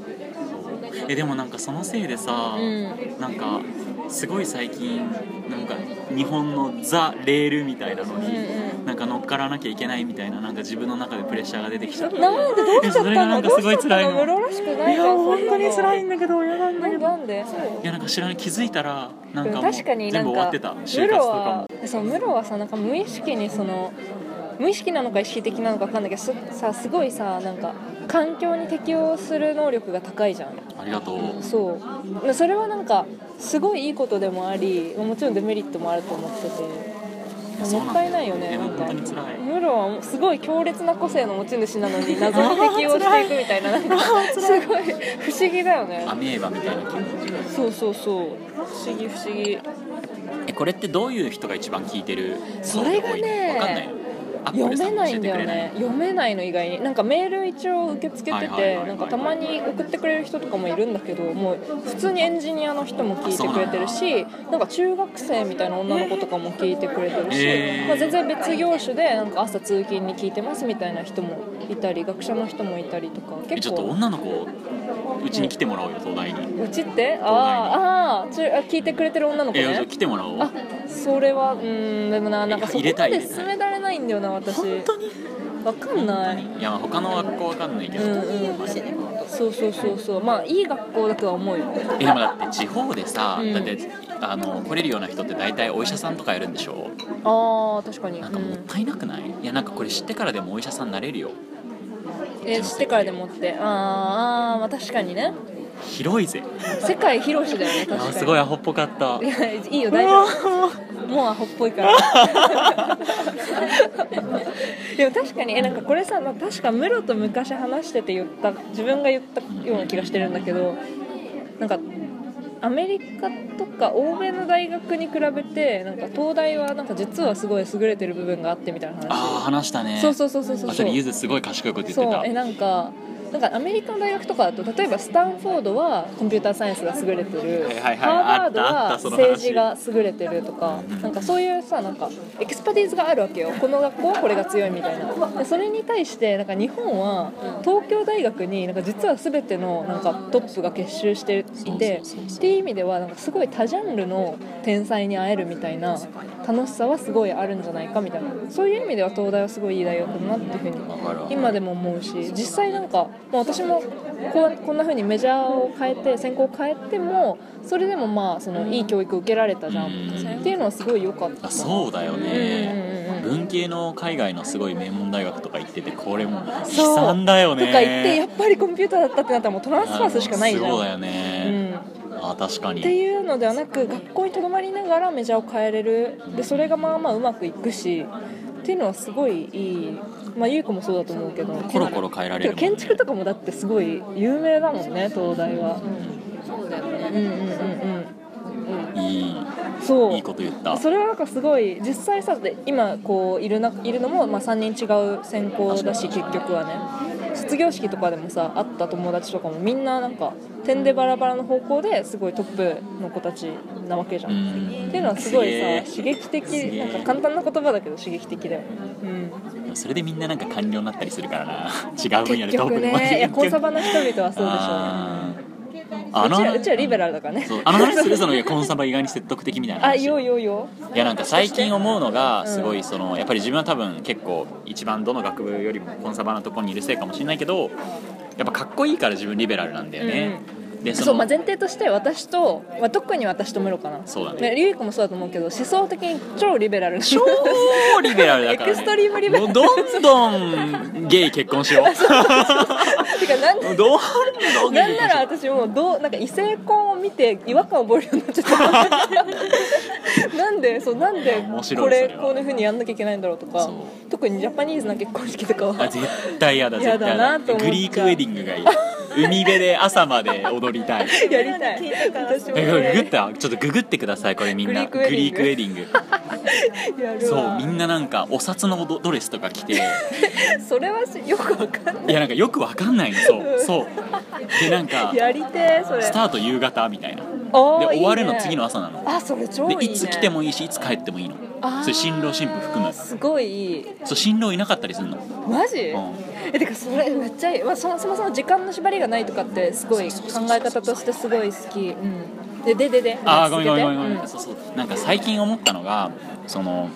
Speaker 3: えでもなんかそのせいでさ、
Speaker 2: うん
Speaker 3: なんかすごい最近なんか日本のザ・レールみたいなのに、
Speaker 2: うん
Speaker 3: なんか乗っからなきゃいけないみたいななんか自分の中でプレッシャーが出てきちゃって
Speaker 2: なんでどうしちゃっ
Speaker 3: それが
Speaker 2: た
Speaker 3: な
Speaker 2: の
Speaker 3: ん
Speaker 2: ど
Speaker 3: か
Speaker 2: うし
Speaker 3: す
Speaker 2: ち
Speaker 3: ご
Speaker 2: ゃ
Speaker 3: い
Speaker 2: った
Speaker 3: 辛い
Speaker 2: の
Speaker 3: の
Speaker 2: ムロらしくないじゃん
Speaker 3: 本当に辛い
Speaker 2: ん
Speaker 3: んだけどやだんだ
Speaker 2: な
Speaker 3: け
Speaker 2: ん
Speaker 3: ど
Speaker 2: でなんで
Speaker 3: いやなんか知らない気づいたらなん
Speaker 2: で
Speaker 3: か
Speaker 2: も
Speaker 3: もう
Speaker 2: 確かになんか
Speaker 3: 全部終わってた
Speaker 2: ム
Speaker 3: 就活
Speaker 2: ロ
Speaker 3: とか
Speaker 2: は
Speaker 3: も
Speaker 2: そうムロはさなんか無意識にその無意識なのか意識的なのか分かんないけどすさすごいさなんか環境に適応する能力が高いじゃん
Speaker 3: ありがとう
Speaker 2: そうそれはなんかすごいいいことでもありもちろんデメリットもあると思ってて
Speaker 3: やそう
Speaker 2: も
Speaker 3: な
Speaker 2: っ
Speaker 3: んだ
Speaker 2: たいな
Speaker 3: よ
Speaker 2: いよね
Speaker 3: で
Speaker 2: な
Speaker 3: も
Speaker 2: んか
Speaker 3: 本当に辛い
Speaker 2: ムロはすごい強烈な個性の持ち主なの に謎に適応していくみたいななんかすごい不思議だよね
Speaker 3: アメーバみたいな気持ち
Speaker 2: そうそうそう不思議不思議
Speaker 3: えこれってどういう人が一番聞いてる
Speaker 2: それがね
Speaker 3: 層が多いのわかんないのアップ
Speaker 2: 読
Speaker 3: ルさ
Speaker 2: め
Speaker 3: んも
Speaker 2: な
Speaker 3: 教
Speaker 2: い
Speaker 3: え
Speaker 2: ん
Speaker 3: て
Speaker 2: だよ
Speaker 3: くれない
Speaker 2: ね読めないの意外になんかメール一応受け付けて
Speaker 3: はいはいはい
Speaker 2: て
Speaker 3: はい
Speaker 2: なんかたまに送ってくれる人とかもいるんだけどもう普通にエンジニアの人も聞いてくれてるしなんか中学生みたいな女の子とかも聞いてくれてるし、
Speaker 3: へー
Speaker 2: まあ、全然別業種でなんか朝通勤に聞いてますみたいな人もいたり学者の人もいたりとか
Speaker 3: えち
Speaker 2: 結
Speaker 3: ょっと
Speaker 2: 構。
Speaker 3: 女の子うちに来てもらおうよ東大に
Speaker 2: うちってあーあーちゅあ聞いてくれてる女の子
Speaker 3: えじゃあ
Speaker 2: ね
Speaker 3: 来てもらおう
Speaker 2: あそれはうーんでもななんかそこ
Speaker 3: 入れた
Speaker 2: ま
Speaker 3: い入
Speaker 2: で
Speaker 3: れたい
Speaker 2: 進められないんだよな私
Speaker 3: 本当に
Speaker 2: わかんない
Speaker 3: いやまあ他の学校わかんないけど、
Speaker 2: うんうんそうそうそうそうまあいい学校だとは思うよ
Speaker 3: えでもだって地方でさ、
Speaker 2: うん
Speaker 3: だってあの来れるような人って大体お医者さんとかやるんでしょ
Speaker 2: ああ確かに、う
Speaker 3: なんかもっ
Speaker 2: ん、
Speaker 3: たいなくない、いやなんかこれ知ってからでもお医者さんになれるよ
Speaker 2: え知ってからでもってあーあーまあ確かにね
Speaker 3: 広いぜ
Speaker 2: 世界広しだよね
Speaker 3: あ
Speaker 2: 確か
Speaker 3: ー
Speaker 2: に
Speaker 3: すごいアホっぽかった
Speaker 2: いやいいよ大丈夫もうアホっぽいからでも確かにえなんかこれさ、まあ、確かムロと昔話してて言った自分が言ったような気がしてるんだけどなんかアメリカとか欧米の大学に比べてなんか東大はなんか実はすごい優れてる部分があってみたいな話
Speaker 3: ああ話したね
Speaker 2: そうそうそうそうそう
Speaker 3: あそれゆずすごい賢いこと言って
Speaker 2: そう
Speaker 3: た
Speaker 2: えなんかなんかアメリカの大学とかだと例えばスタンフォードはコンピューターサイエンスが優れてる、
Speaker 3: はいはいはい
Speaker 2: ハーバード
Speaker 3: あったあ
Speaker 2: は
Speaker 3: ったその話
Speaker 2: 政治が優れてるとかなんかそういうさなんかエクスパティーズがあるわけよこの学校はこれが強いみたいなでそれに対してなんか日本は東京大学になんか実は全てのなんかトップが結集していて
Speaker 3: そうそうそうそう
Speaker 2: っていう意味ではなんかすごい多ジャンルの天才に会えるみたいな楽しさはすごいあるんじゃないかみたいなそういう意味では東大はすごいいい大学だなっていうふうに
Speaker 3: わかるわ
Speaker 2: 今でも思うし実際なんか、まあ、私もこうこんな風にメジャーを変えて専攻を変えてもそれでもまあそのいい教育を受けられたじゃん
Speaker 3: うん
Speaker 2: っていうのはすごい良かった
Speaker 3: あそうだよ
Speaker 2: うんうん
Speaker 3: ね
Speaker 2: うん
Speaker 3: 文系の海外のすごい名門大学とか行っててこれも悲
Speaker 2: そう
Speaker 3: 惨だよね
Speaker 2: とか言ってやっぱりコンピューターだったってなったらもうトランスファースしかないじゃん
Speaker 3: そうだよ
Speaker 2: うん
Speaker 3: ね、あ確か
Speaker 2: っ
Speaker 3: に
Speaker 2: ていうのではなく学校にとどまりながらメジャーを変えれるでそれがまあまあうまくいくしっていうのはすごいいい、まあ、ゆう子もそうだと思うけど
Speaker 3: コロコロ変えられ
Speaker 2: て
Speaker 3: る
Speaker 2: か
Speaker 3: もん、
Speaker 2: 建
Speaker 3: ね、
Speaker 2: 築とかもだってすごい有名だもんね東大は
Speaker 4: そうだよ
Speaker 2: うんうん
Speaker 4: ね、
Speaker 2: うん
Speaker 4: うん、
Speaker 3: いい
Speaker 2: うんそう
Speaker 3: いいこと言った
Speaker 2: それはなんかすごい実際さで今こういるないるのも、まあ、3人違う専攻だし結局はね卒業式とかでもさ会った友達とかもみんななんか点でバラバラの方向ですごいトップの子たちなわけじゃん、
Speaker 3: うん
Speaker 2: っていうのはすごい
Speaker 3: す
Speaker 2: さ刺
Speaker 3: げえ
Speaker 2: 激
Speaker 3: す
Speaker 2: 的
Speaker 3: げえ
Speaker 2: なんか簡単な言葉だけど刺激的だよ、うん、
Speaker 3: でもそれでみんななんか官僚になったりするからな違う分野
Speaker 2: 結
Speaker 3: でトップ
Speaker 2: 局
Speaker 3: にま
Speaker 2: ねい
Speaker 3: で
Speaker 2: や
Speaker 3: 行く
Speaker 2: コンサバの人々はそうでしょ
Speaker 3: あー
Speaker 2: う
Speaker 3: あの
Speaker 2: ちらうちらリベラルだからね
Speaker 3: そうあの話するそのいやコンサバ意外に説得的みたい な
Speaker 2: あ
Speaker 3: 話
Speaker 2: いいよいいよいいよ
Speaker 3: いやなんか最近思うのが
Speaker 2: うん
Speaker 3: すごいそのやっぱり自分は多分結構一番どの学部よりもコンサバのところにいるせいかもしれないけどやっぱかっこいいから自分リベラルなんだよね、で
Speaker 2: そう、まあ、
Speaker 3: の
Speaker 2: 前提として私と、まあ、特に私とムロかな
Speaker 3: そうだね
Speaker 2: リュウコもそうだと思うけど思想的に超リベラル超
Speaker 3: 超リベラルだから、ね、
Speaker 2: エクストリームリベラル
Speaker 3: もうどんどんゲイ結婚し よ
Speaker 2: てかなん
Speaker 3: うどんどんゲイ
Speaker 2: なん
Speaker 3: 結
Speaker 2: な
Speaker 3: 婚し
Speaker 2: ら私
Speaker 3: よ
Speaker 2: もうどうなんか異性婚を見て違和感を覚えるようになっちゃった なんでそうなんで
Speaker 3: 面白い
Speaker 2: これ
Speaker 3: それは
Speaker 2: こういうふうにやんなきゃいけないんだろうとか
Speaker 3: そう
Speaker 2: 特にジャパニーズな結婚式とか
Speaker 3: うあ
Speaker 2: は
Speaker 3: 絶対やだ絶
Speaker 2: や
Speaker 3: 対
Speaker 2: だ
Speaker 3: や
Speaker 2: な
Speaker 3: だ
Speaker 2: と思っちゃう
Speaker 3: グリークウェディングがいい海辺で朝まで踊りたい
Speaker 2: やりたい私もそ
Speaker 3: えこれググ
Speaker 2: れ
Speaker 3: ったちょっとググってくださいこれみんな
Speaker 2: グリークウェ
Speaker 3: グリークウェディング
Speaker 2: やる
Speaker 3: そう
Speaker 2: わ
Speaker 3: みんななんかお札のドドレスとか着て
Speaker 2: それはしよくわかんない
Speaker 3: いやなんかよくわかんないのそううん そうでなんか
Speaker 2: やりてえそれ
Speaker 3: スタート夕方みたいなで
Speaker 2: おーいいね
Speaker 3: 終わるの次の朝なの
Speaker 2: あそれ超いい、
Speaker 3: で
Speaker 2: ね、
Speaker 3: いつ来てもいいしいつ帰ってもいいの
Speaker 2: あー
Speaker 3: それ新郎新婦含む
Speaker 2: すごいいい
Speaker 3: そう新郎いなかったりするの
Speaker 2: マジ、
Speaker 3: ん
Speaker 2: えてかそれめっちゃいい、まあ、そそもそも時間の縛りがないとかってすごい考え方としてすごい好き、うん、でででで
Speaker 3: あーごめんごめんごめ
Speaker 2: 続
Speaker 3: んごめ
Speaker 2: け
Speaker 3: ん、
Speaker 2: て
Speaker 3: そうそうなんか最近思ったのがその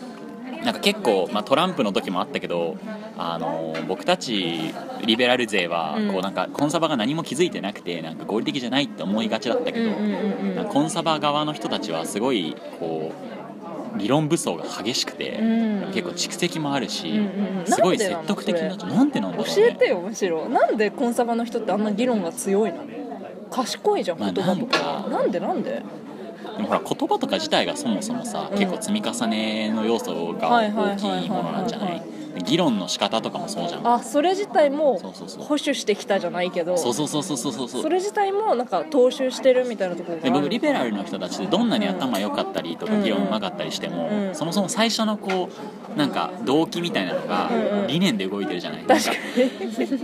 Speaker 3: なんか結構、まあ、トランプの時もあったけどあの僕たちリベラル勢は、
Speaker 2: うん
Speaker 3: こうなんかコンサバが何も気づいてなくてなんか合理的じゃないって思いがちだったけ
Speaker 2: うん
Speaker 3: ど、
Speaker 2: うんうん
Speaker 3: なんかコンサバ側の人たちはすごいこう理論武装が激しくて、
Speaker 2: うん
Speaker 3: 結構蓄積もあるし、
Speaker 2: うんうんうん
Speaker 3: すごい
Speaker 2: なんで
Speaker 3: 説
Speaker 2: なの
Speaker 3: 得的になっちゃうなんでなんだ
Speaker 2: う
Speaker 3: ろ
Speaker 2: ん
Speaker 3: う、ね、
Speaker 2: 教えてよむしろなんでコンサバの人ってあんな議論が強いの賢いじゃん
Speaker 3: まあ
Speaker 2: 言葉とか
Speaker 3: なんか
Speaker 2: なんでなんで
Speaker 3: でもほら言葉とか自体がそもそもさ、
Speaker 2: うん
Speaker 3: 結構積み重ねの要素が
Speaker 2: はいはいはい
Speaker 3: 大きいものなんじゃ
Speaker 2: はい
Speaker 3: ない
Speaker 2: は
Speaker 3: 議論の仕方とかもそうじゃん
Speaker 2: あそれ自体も
Speaker 3: そうそうそう
Speaker 2: 保守してきたじゃないけど
Speaker 3: そうそうそうそうそうそう
Speaker 2: それ自体もなんか踏襲してるみたいなところがあ
Speaker 3: で
Speaker 2: る
Speaker 3: 僕リベラルの人たちでどんなに頭良かったりとか
Speaker 2: うん
Speaker 3: 議論うまかったりしても、
Speaker 2: うん
Speaker 3: そもそも最初のこうなんか動機みたいなの
Speaker 2: うんう
Speaker 3: が
Speaker 2: ん
Speaker 3: 理念で動いてるじゃない、なんか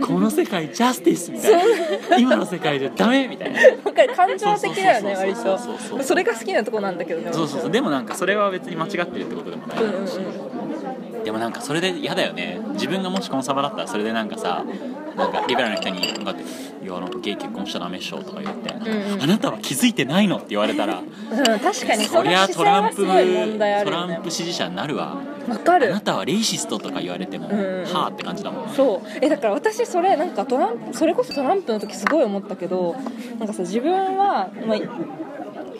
Speaker 3: この世界ジャスティスみたいな今の世界じゃダメみたいな
Speaker 2: なんか感情的だよね割
Speaker 3: そうそうそうそうそう
Speaker 2: とそれが好きなとこなんだけどね
Speaker 3: そうそうそうでもなんかそれは別に間違ってるってことでもない
Speaker 2: うんうんうん
Speaker 3: でもなんかそれで嫌だよね自分がもしコンサバだったらそれでなんかさなんかリベラルの人に向かって「いやあのゲイ結婚しちゃダメっしょ」とか言ってなんか、
Speaker 2: うんうん
Speaker 3: あなたは気づいてないの?」って言われたら
Speaker 2: うん確かに
Speaker 3: そ
Speaker 2: そ
Speaker 3: り
Speaker 2: の
Speaker 3: ゃ
Speaker 2: 姿
Speaker 3: ト
Speaker 2: 勢
Speaker 3: ラン
Speaker 2: は
Speaker 3: プ
Speaker 2: すごい問題あ
Speaker 3: ト
Speaker 2: る
Speaker 3: ラ
Speaker 2: よね
Speaker 3: ンプ支持者になるわ
Speaker 2: わか
Speaker 3: あ
Speaker 2: る
Speaker 3: なたはレイシストとか言われても、
Speaker 2: んうん
Speaker 3: はあって感じだもんね
Speaker 2: そうえだから私それなんかトランプそれこそトランプの時すごい思ったけどなんかさ自分は、まあ、い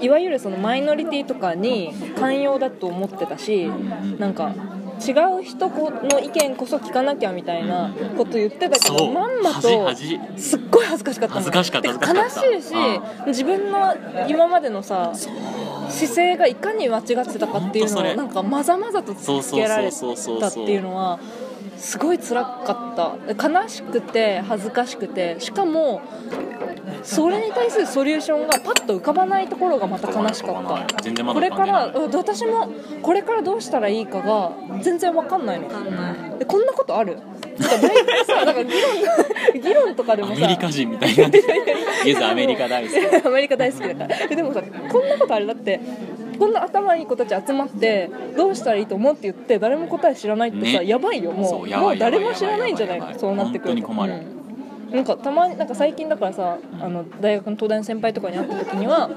Speaker 2: いわゆるそのマイノリティとかに寛容だと思ってたしなんか違う人の意見こそ聞かなきゃみたいなこと言ってたけ
Speaker 3: そ
Speaker 2: ど
Speaker 3: う
Speaker 2: まんまと
Speaker 3: 恥恥
Speaker 2: すっごい恥ずかしかったの
Speaker 3: 恥ずかしかった
Speaker 2: て
Speaker 3: 恥ずかしかった
Speaker 2: 悲しいし自分の今までのさ姿勢がいかに間違ってたかっていう
Speaker 3: ほんとそ
Speaker 2: の
Speaker 3: れ
Speaker 2: をなんかまざまざと突きつけられ
Speaker 3: そうそうそう
Speaker 2: た
Speaker 3: そう
Speaker 2: って
Speaker 3: そう
Speaker 2: いうのはすごい辛かった悲しくて恥ずかしくてしかもそれに対するソリューションがパッと浮かばないところがまた悲しか
Speaker 3: 浮かばな
Speaker 2: っ
Speaker 3: い浮かばない
Speaker 2: た
Speaker 3: 全然ま
Speaker 2: こ
Speaker 3: だ
Speaker 2: れか
Speaker 3: 浮からんでな
Speaker 2: うん私もこれからどうしたらいいかが全然わかんないの
Speaker 1: わかんない
Speaker 2: えこんなことあるなんか大体さなんか議論議論とかで
Speaker 3: ア
Speaker 2: もさ
Speaker 3: メリカ人みたいになってきたイエズアメリカ大好 き
Speaker 2: アメリカ大好きだからえでもさこんなことあれだってこんな頭いい子たち集まってどうしたらいいと思うって言って誰も答え知らないってさ、
Speaker 3: ね
Speaker 2: やばいよも
Speaker 3: そううや
Speaker 2: も
Speaker 3: ば
Speaker 2: う
Speaker 3: いやばい
Speaker 2: 誰も知らないんじゃない
Speaker 3: やばいやばい
Speaker 2: そうなってくると
Speaker 3: 本当に困る
Speaker 2: うんなんかたまになんか最近だからさあの大学の東大の先輩とかに会った時には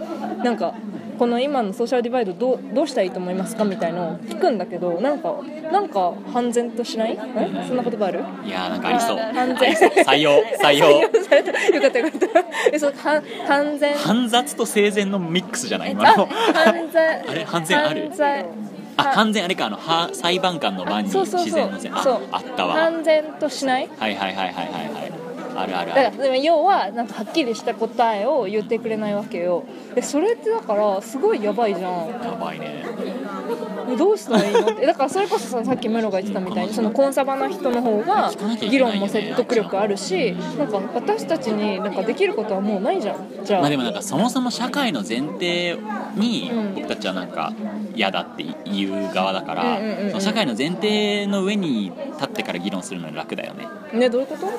Speaker 2: なんかこの今のソーシャルディバイドどうどうしたらいいと思いますかみたいのを聞くんだけどなんかなんか半然としないんそんな言葉ある
Speaker 3: いやーなんかありそう
Speaker 2: 完全
Speaker 3: ありそう採用採用
Speaker 2: されたよかったよかったえそう半半然
Speaker 3: 煩雑と生前のミックスじゃない今
Speaker 2: あ
Speaker 3: の、
Speaker 2: 犯罪。
Speaker 3: あれ犯罪ある
Speaker 2: 犯罪
Speaker 3: あ完全あれかあのは裁判官の番に
Speaker 2: そうそうそう
Speaker 3: 自然の前あ
Speaker 2: そう
Speaker 3: あったわ
Speaker 2: 完全としない。
Speaker 3: はいはいはいはいはいはいあるある
Speaker 2: だか
Speaker 3: あ
Speaker 2: ら
Speaker 3: る
Speaker 2: でも要はなんかはっきりした答えを言ってくれないわけよでそれってだからすごいやばいじゃん
Speaker 3: やばいね
Speaker 2: えどうしたらいいのってだからそれこそささっきメロが言ってたみたいにそのコンサバな人の方が
Speaker 3: 聞かなきゃい
Speaker 2: 議
Speaker 3: けな
Speaker 2: 論
Speaker 3: いよね
Speaker 2: も説得力あるしなんか私たちになんかできることはもうないじゃんじゃあ
Speaker 3: まあでもなんかそもそも社会の前提に
Speaker 2: うん
Speaker 3: 僕たちはなんか嫌だって言う側だか
Speaker 2: うんうんうんう
Speaker 3: ら
Speaker 2: ん
Speaker 3: その社会の前提の上に立ってから議論するのに楽だよね
Speaker 2: ねどういうこと
Speaker 3: うん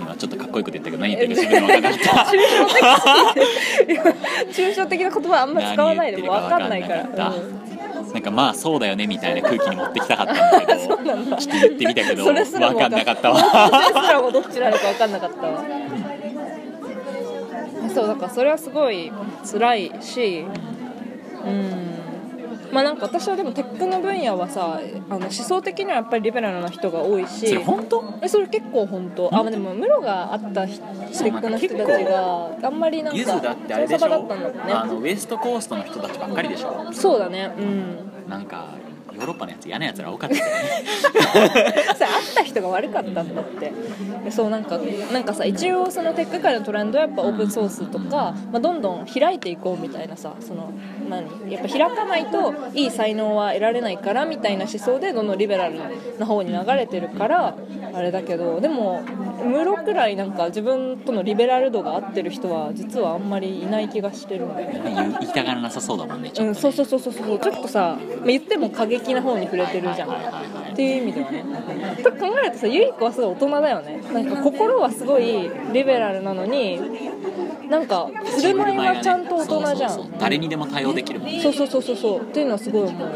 Speaker 3: 今ちょっとかっこよく言ったけど何言ってるか自分で分からな かった
Speaker 2: 抽象的な言葉あんま使わないでも分かんないから
Speaker 3: 何言ってるか分かんなかった
Speaker 2: うん
Speaker 3: なんかまあそうだよねみたいな空気に持ってきたかったんだけ どちょっと言ってみたけど
Speaker 2: それすらも
Speaker 3: 分かんなかった
Speaker 2: そ
Speaker 3: わ
Speaker 2: れす らもどっちなのか分かんなかったわそうだからそれはすごい辛いしうんまあなんか私はでもテックの分野はさあの思想的にはやっぱりリベラルな人が多いし
Speaker 3: それ本当
Speaker 2: えそれ結構本当あでもムロがあった人
Speaker 3: そう
Speaker 2: テックの人たちがあんまりなん
Speaker 3: ゆずだ
Speaker 2: か
Speaker 3: ってあれでしょ
Speaker 2: だったんだもんね
Speaker 3: あのウエストコーストの人たちばっかりでしょ
Speaker 2: そうだねうん
Speaker 3: なんかヨーロッパのやつ嫌なやつら多かったよね
Speaker 2: さ会った人が悪かったんだってでそうなんかなんかさ一応そのテック界のトレンドはやっぱオープンソースとか、まあ、どんどん開いていこうみたいなさその何やっぱ開かないといい才能は得られないからみたいな思想でどんどんリベラルな方に流れてるからあれだけどでもムロくらいなんか自分とのリベラル度が合ってる人は実はあんまりいない気がしてるんだよね
Speaker 3: 言い言いたがらなさそうだもんねち
Speaker 2: う
Speaker 3: ょ
Speaker 2: ん、
Speaker 3: っと
Speaker 2: そ
Speaker 3: ね、
Speaker 2: うそうそうそうそうちょっとさまあ言っても過激な方に触れてるじゃん、
Speaker 3: はいはいはいはい
Speaker 2: っていう意味ではね。と考えるとさゆい子はすごい大人だよねなんか心はすごいリベラルなのになんか振る舞いはちゃんと大人じゃん
Speaker 3: そうそうそう誰にでも対応できるもんね
Speaker 2: そうそうそうそうそうっていうのはすごい思う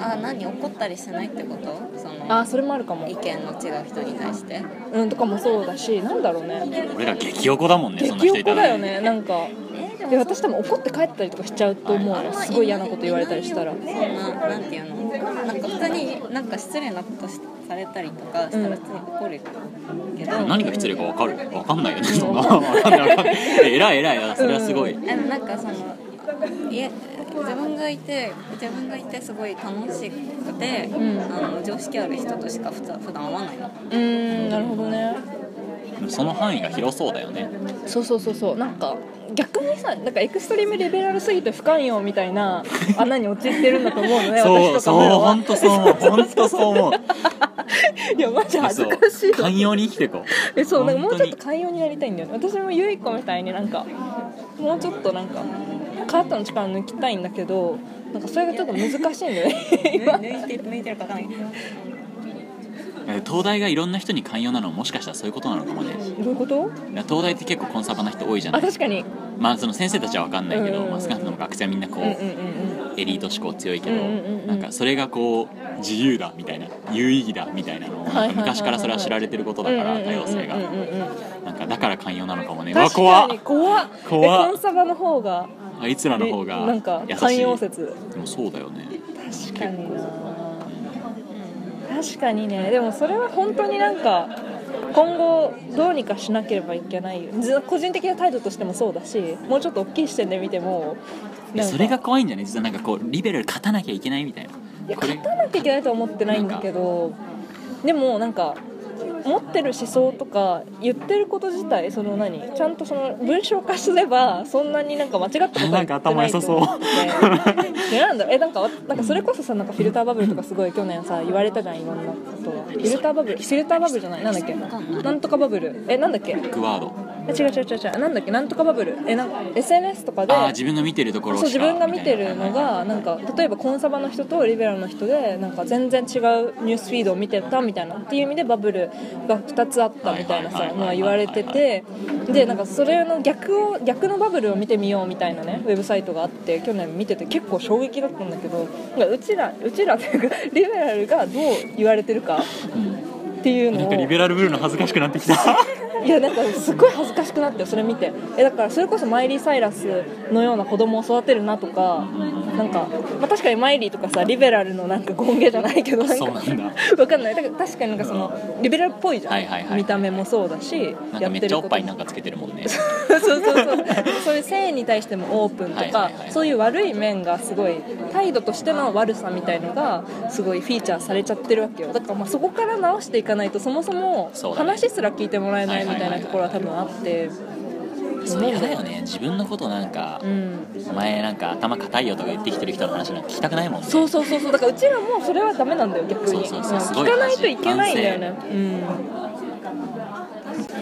Speaker 4: あ何怒ったりしないってことそ
Speaker 2: あ
Speaker 4: の
Speaker 2: あそれもあるかも
Speaker 4: 意見の違う人に対して
Speaker 2: うんとかもそうだしなんだろうね
Speaker 3: 俺ら激おこだもんねそんな
Speaker 2: 激お
Speaker 3: 人いた
Speaker 2: こ
Speaker 3: ら
Speaker 2: だよねなんか
Speaker 4: え
Speaker 2: で私多分怒って帰ったりとかしちゃうと思うよすごい嫌なこと言われたりしたら
Speaker 4: そんななんていうのなんか普通になんか失礼なことしされたりとかしたら普通に怒るけど、
Speaker 3: 何が失礼か分かる分かんないよねそんな 分かんない分かんないえらいえらいあそれはすごい、
Speaker 4: でもなんかそのいえ自分がいて自分がいてすごい楽しくて、
Speaker 2: ん
Speaker 4: あの常識ある人としか普通普段会わないの
Speaker 2: うーんなるほどね
Speaker 3: その範囲が広そうだよね
Speaker 2: そうそうそうそうなんか逆にさなんかエクストリームリベラルすぎて不寛容みたいな穴に陥ってるんだと思うのね私
Speaker 3: そう
Speaker 2: とか
Speaker 3: そう
Speaker 2: もは
Speaker 3: 本当そう思う本当そう思う
Speaker 2: いやマジ 恥ず
Speaker 3: そう
Speaker 2: かしいわ
Speaker 3: 寛容に生きていこう
Speaker 2: えそうなんかもう
Speaker 3: 本
Speaker 2: ち
Speaker 3: 当
Speaker 2: ょっ
Speaker 3: に
Speaker 2: と寛容になりたいんだよね私もゆい子みたいになんかもうちょっとなんか肩の力抜きたいんだけどなんかそれがちょっと難しいん だよね
Speaker 4: 抜抜いてる抜いてるかわかんないけど
Speaker 3: え東大がいろんな人に寛容なのももしかしたらそういうことなのかもね
Speaker 2: どういうこと
Speaker 3: いや東大って結構コンサバな人多いじゃな
Speaker 2: あ
Speaker 3: い
Speaker 2: 確かに
Speaker 3: まあその先生たちは分かんない
Speaker 2: う
Speaker 3: け
Speaker 2: んうん
Speaker 3: ど、
Speaker 2: うん
Speaker 3: まあ、少なくとも学生はみんな
Speaker 2: う
Speaker 3: こう、
Speaker 2: んうんうん
Speaker 3: エリート志向強いけど、
Speaker 2: うんうんうんうん
Speaker 3: なんかそれがこう自由だみたいな有意義だみたいなのを
Speaker 2: はいはいはい
Speaker 3: なんか昔からそれは知られてることだ
Speaker 2: うん
Speaker 3: から多様性
Speaker 2: うん
Speaker 3: が
Speaker 2: うんうんうん
Speaker 3: なんかだから寛容なのかもねうわ
Speaker 2: 確か
Speaker 3: 怖
Speaker 2: に
Speaker 3: っ
Speaker 2: 怖っえ
Speaker 3: 怖っ
Speaker 2: コンサバの方が
Speaker 3: あいつらの方が
Speaker 2: なんか
Speaker 3: 優しい
Speaker 2: 寛容説
Speaker 3: でもそうだよね
Speaker 2: 確かにな確かにねでもそれは本当になんか今後どうにかしなければいけないよず個人的な態度としてもそうだしもうちょっと大きい視点で見ても
Speaker 3: い
Speaker 2: な
Speaker 3: や
Speaker 2: んか
Speaker 3: それが怖いんじゃない実はなんかこうリベラル勝たなきゃいけないみたいない
Speaker 2: や
Speaker 3: これ
Speaker 2: 勝たなきゃいけないとは思ってないんだけどでもなんか持ってる思想とか言ってること自体その何ちゃんとその文章化すればそんなになんか間違ったことは言ってない
Speaker 3: なんか頭良さそ
Speaker 2: と
Speaker 3: う
Speaker 2: 思ってでなんだろうえなんかわなんかそれこそさなんかフィルターバブルとかすごい去年さ言われたじゃんいろんなことがフィルターバブルフィルターバブルじゃないなんだっけなんとかバブルえなんだっけ
Speaker 3: ブックワード
Speaker 2: あ違う違う違う違うなんだっけなんとかバブルえなんか SNS とかで
Speaker 3: ああ自分が見てるところ
Speaker 2: そう自分が見てるのがなんか例えばコンサバの人とリベラルの人でなんか全然違うニュースフィードを見てたみたいなっていう意味でバブルが2つあったみたいな
Speaker 3: はい
Speaker 2: さ
Speaker 3: はいはいはい
Speaker 2: のは言われててでなんかそれの逆を逆のバブルを見てみようみたいなねウェブサイトがあって去年見てて結構衝撃だったんだけどなんかうちらうちらっていうかリベラルがどう言われてるかっていう
Speaker 3: な
Speaker 2: の
Speaker 3: ん
Speaker 2: を
Speaker 3: かリベラルブルーの恥ずかしくなってきた
Speaker 2: い やなんかすごい恥ずかしくなってそれ見てえだからそれこそマイリー・サイラスのような子供を育てるなとかなんか、まあ、確かにマイリーとかさリベラルのなんか権限じゃないけどなんか
Speaker 3: そうなんだ
Speaker 2: わかんないだから確かになんかそのリベラルっぽいじゃん、
Speaker 3: はいはいはい
Speaker 2: 見た目もそうだし
Speaker 3: なんかめっちゃおっぱいなん
Speaker 2: か
Speaker 3: かつけてるもんね
Speaker 2: そうそうそうそういう性に対してもオープンとか、
Speaker 3: はいはいはい
Speaker 2: そういう悪い面がすごい態度としての悪さみたいのがすごいフィーチャーされちゃってるわけよだからまあそこから直していかないとそもそも
Speaker 3: そうだね
Speaker 2: 話すら聞いてもらえないみたいなところは多分あって。
Speaker 3: そう嫌だよね自分のことなんか、
Speaker 2: うん、
Speaker 3: お前なんか頭硬いよとか言ってきてる人の話なんか聞きたくないもんね
Speaker 2: そうそうそうそうだからうちらもそれはダメなんだよ逆に
Speaker 3: そうそうそうす
Speaker 2: ん
Speaker 3: ごい
Speaker 2: 聞かないといけないんだよね、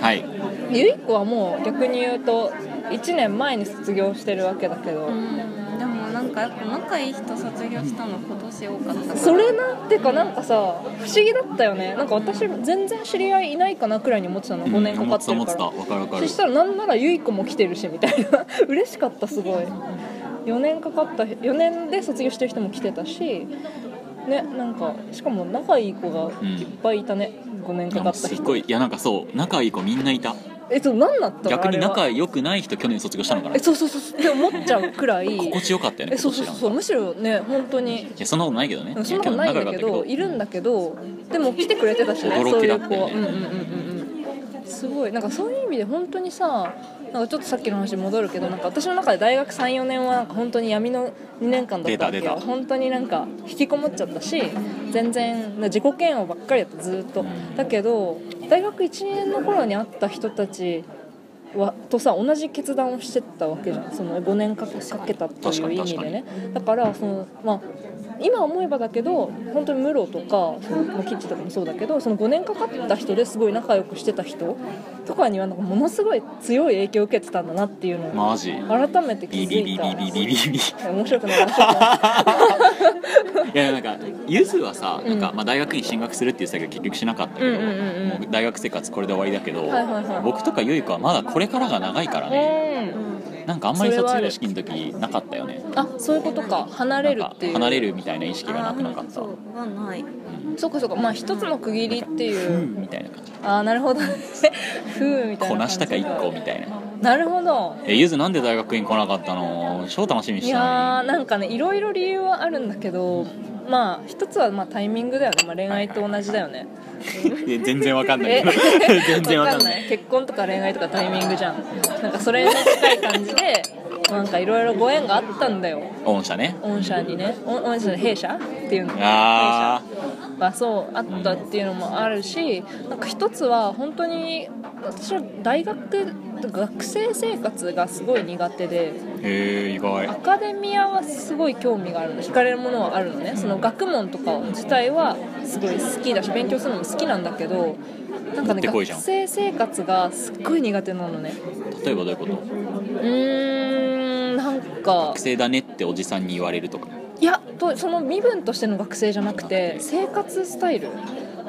Speaker 3: はい
Speaker 2: うん、ゆいっ子はもう逆に言うと1年前に卒業してるわけだけど、
Speaker 1: うんでもなんかやっぱ仲いい人卒業したの今年多かったから
Speaker 2: それなってかなんかさ不思議だったよねなんか私全然知り合いいないかなくらいに思ってたの5年かかって
Speaker 3: うん
Speaker 2: る
Speaker 3: 思
Speaker 2: か
Speaker 3: ってた
Speaker 2: ら、
Speaker 3: 思ってたわかるわか
Speaker 2: そ
Speaker 3: る
Speaker 2: したらなんならゆい子も来てるしみたいな 嬉しかったすごい4年かかった4年で卒業してる人も来てたしねなんかしかも仲いい子が
Speaker 3: うん
Speaker 2: いっぱいいたね、5年かかった
Speaker 3: すっ
Speaker 2: 人
Speaker 3: ごいいやなんかそう仲いい子みんないた
Speaker 2: えそう何だったの
Speaker 3: 逆に
Speaker 2: あ
Speaker 3: 仲
Speaker 2: れは
Speaker 3: 良くない人去年卒業したのかな
Speaker 2: えそうそうそうそうって思っちゃうくらい
Speaker 3: 心地よかったよね
Speaker 2: えそうそう
Speaker 3: 今年なんか
Speaker 2: そうむしろね本当に
Speaker 3: いやそんなことないけどね
Speaker 2: うんそんなことないんだけど
Speaker 3: い
Speaker 2: い
Speaker 3: や
Speaker 2: るんだけどでも来てくれてたしね
Speaker 3: 驚きだったよ
Speaker 2: そういう子はうん
Speaker 3: ね
Speaker 2: うんうんうんうんすごいなんかそういう意味で本当にさなんかちょっとさっきの話に戻るけどなんか私の中で大学34年はなんか本当に闇の2年間だったわけ
Speaker 3: 出た
Speaker 2: よ
Speaker 3: 出た
Speaker 2: 本当になんか引きこもっちゃったし全然自己嫌悪ばっかりだったずーっと
Speaker 3: うん
Speaker 2: だけど大学1年の頃に会った人たちはとさ同じ決断をしてたわけじゃんその5年かけかけたという意味でねだからその、まあ、今思えばだけど本当にムロとかその、まあ、キッチとかもそうだけどその5年かかった人ですごい仲良くしてた人とかにはなんかものすごい強い影響を受けてたんだなっていうのを
Speaker 3: マジ
Speaker 2: 改めて気
Speaker 3: ビビ
Speaker 2: づい
Speaker 3: ビビ
Speaker 2: た
Speaker 3: ビビビビビ
Speaker 2: 面白くない面白くない
Speaker 3: いやなんかゆずはさ
Speaker 2: う
Speaker 3: なんんか、まあ、大学院進学するって言ってたけど結局しなかったけど、
Speaker 2: うんうんうんうん
Speaker 3: もう大学生活これで終わりだけど、
Speaker 2: はいはいはい
Speaker 3: 僕とかゆい子はまだこれからが長いからね、
Speaker 2: うん
Speaker 3: なんかあんまり
Speaker 2: それはあ
Speaker 3: 卒
Speaker 2: る
Speaker 3: 業式の時なかったよね
Speaker 2: あそういうことか離
Speaker 3: な
Speaker 2: れ
Speaker 3: ん
Speaker 2: る
Speaker 3: か
Speaker 2: っていう
Speaker 3: 離れるみたいな意識が
Speaker 1: あ
Speaker 3: な
Speaker 1: あ
Speaker 3: くなかっ
Speaker 1: そ
Speaker 3: たう
Speaker 1: う
Speaker 3: ん
Speaker 1: はない
Speaker 2: そうかそうかまあ一つの区切りってい
Speaker 3: ふ
Speaker 2: う
Speaker 3: ーみたいな感じ
Speaker 2: ああなるほどねふうみたいな感じ
Speaker 3: こなしたか一個みたいな
Speaker 2: なるほど
Speaker 3: えゆずなんで大学院来なかったの超楽しみに
Speaker 2: い
Speaker 3: してた
Speaker 2: やーなんかねいろいろ理由はあるんだけどまあ一つはまあタイミングだよね、まあ、恋愛と同じだよね
Speaker 3: のにいや全然わかんない
Speaker 2: え
Speaker 3: 全然わかんない
Speaker 2: 結婚とか恋愛とかタイミングじゃんなんかそれに近い感じでなんかいろいろご縁があったんだよ
Speaker 3: 御社ね
Speaker 2: 御社にねお御社の弊社っていうの
Speaker 3: あ
Speaker 2: がそうあったっていうのもあるしなんか一つは本当に私は大学学生生活がすごい苦手で
Speaker 3: ーへえ意
Speaker 2: ア
Speaker 3: 外
Speaker 2: カデミアはすごい興味があるの惹かれるものはあるのねその学問とか自体はすごい好きだし勉強するのも好きなんだけどなんか
Speaker 3: 持っ
Speaker 2: ね
Speaker 3: てこ
Speaker 2: 学
Speaker 3: いじゃん
Speaker 2: 生生活がすっごい苦手なのね
Speaker 3: 例えばどういうこと
Speaker 2: うーんなんか
Speaker 3: 学生だねっておじさんに言われるとか
Speaker 2: いやとその身分としての学生じゃなくて生活スタイル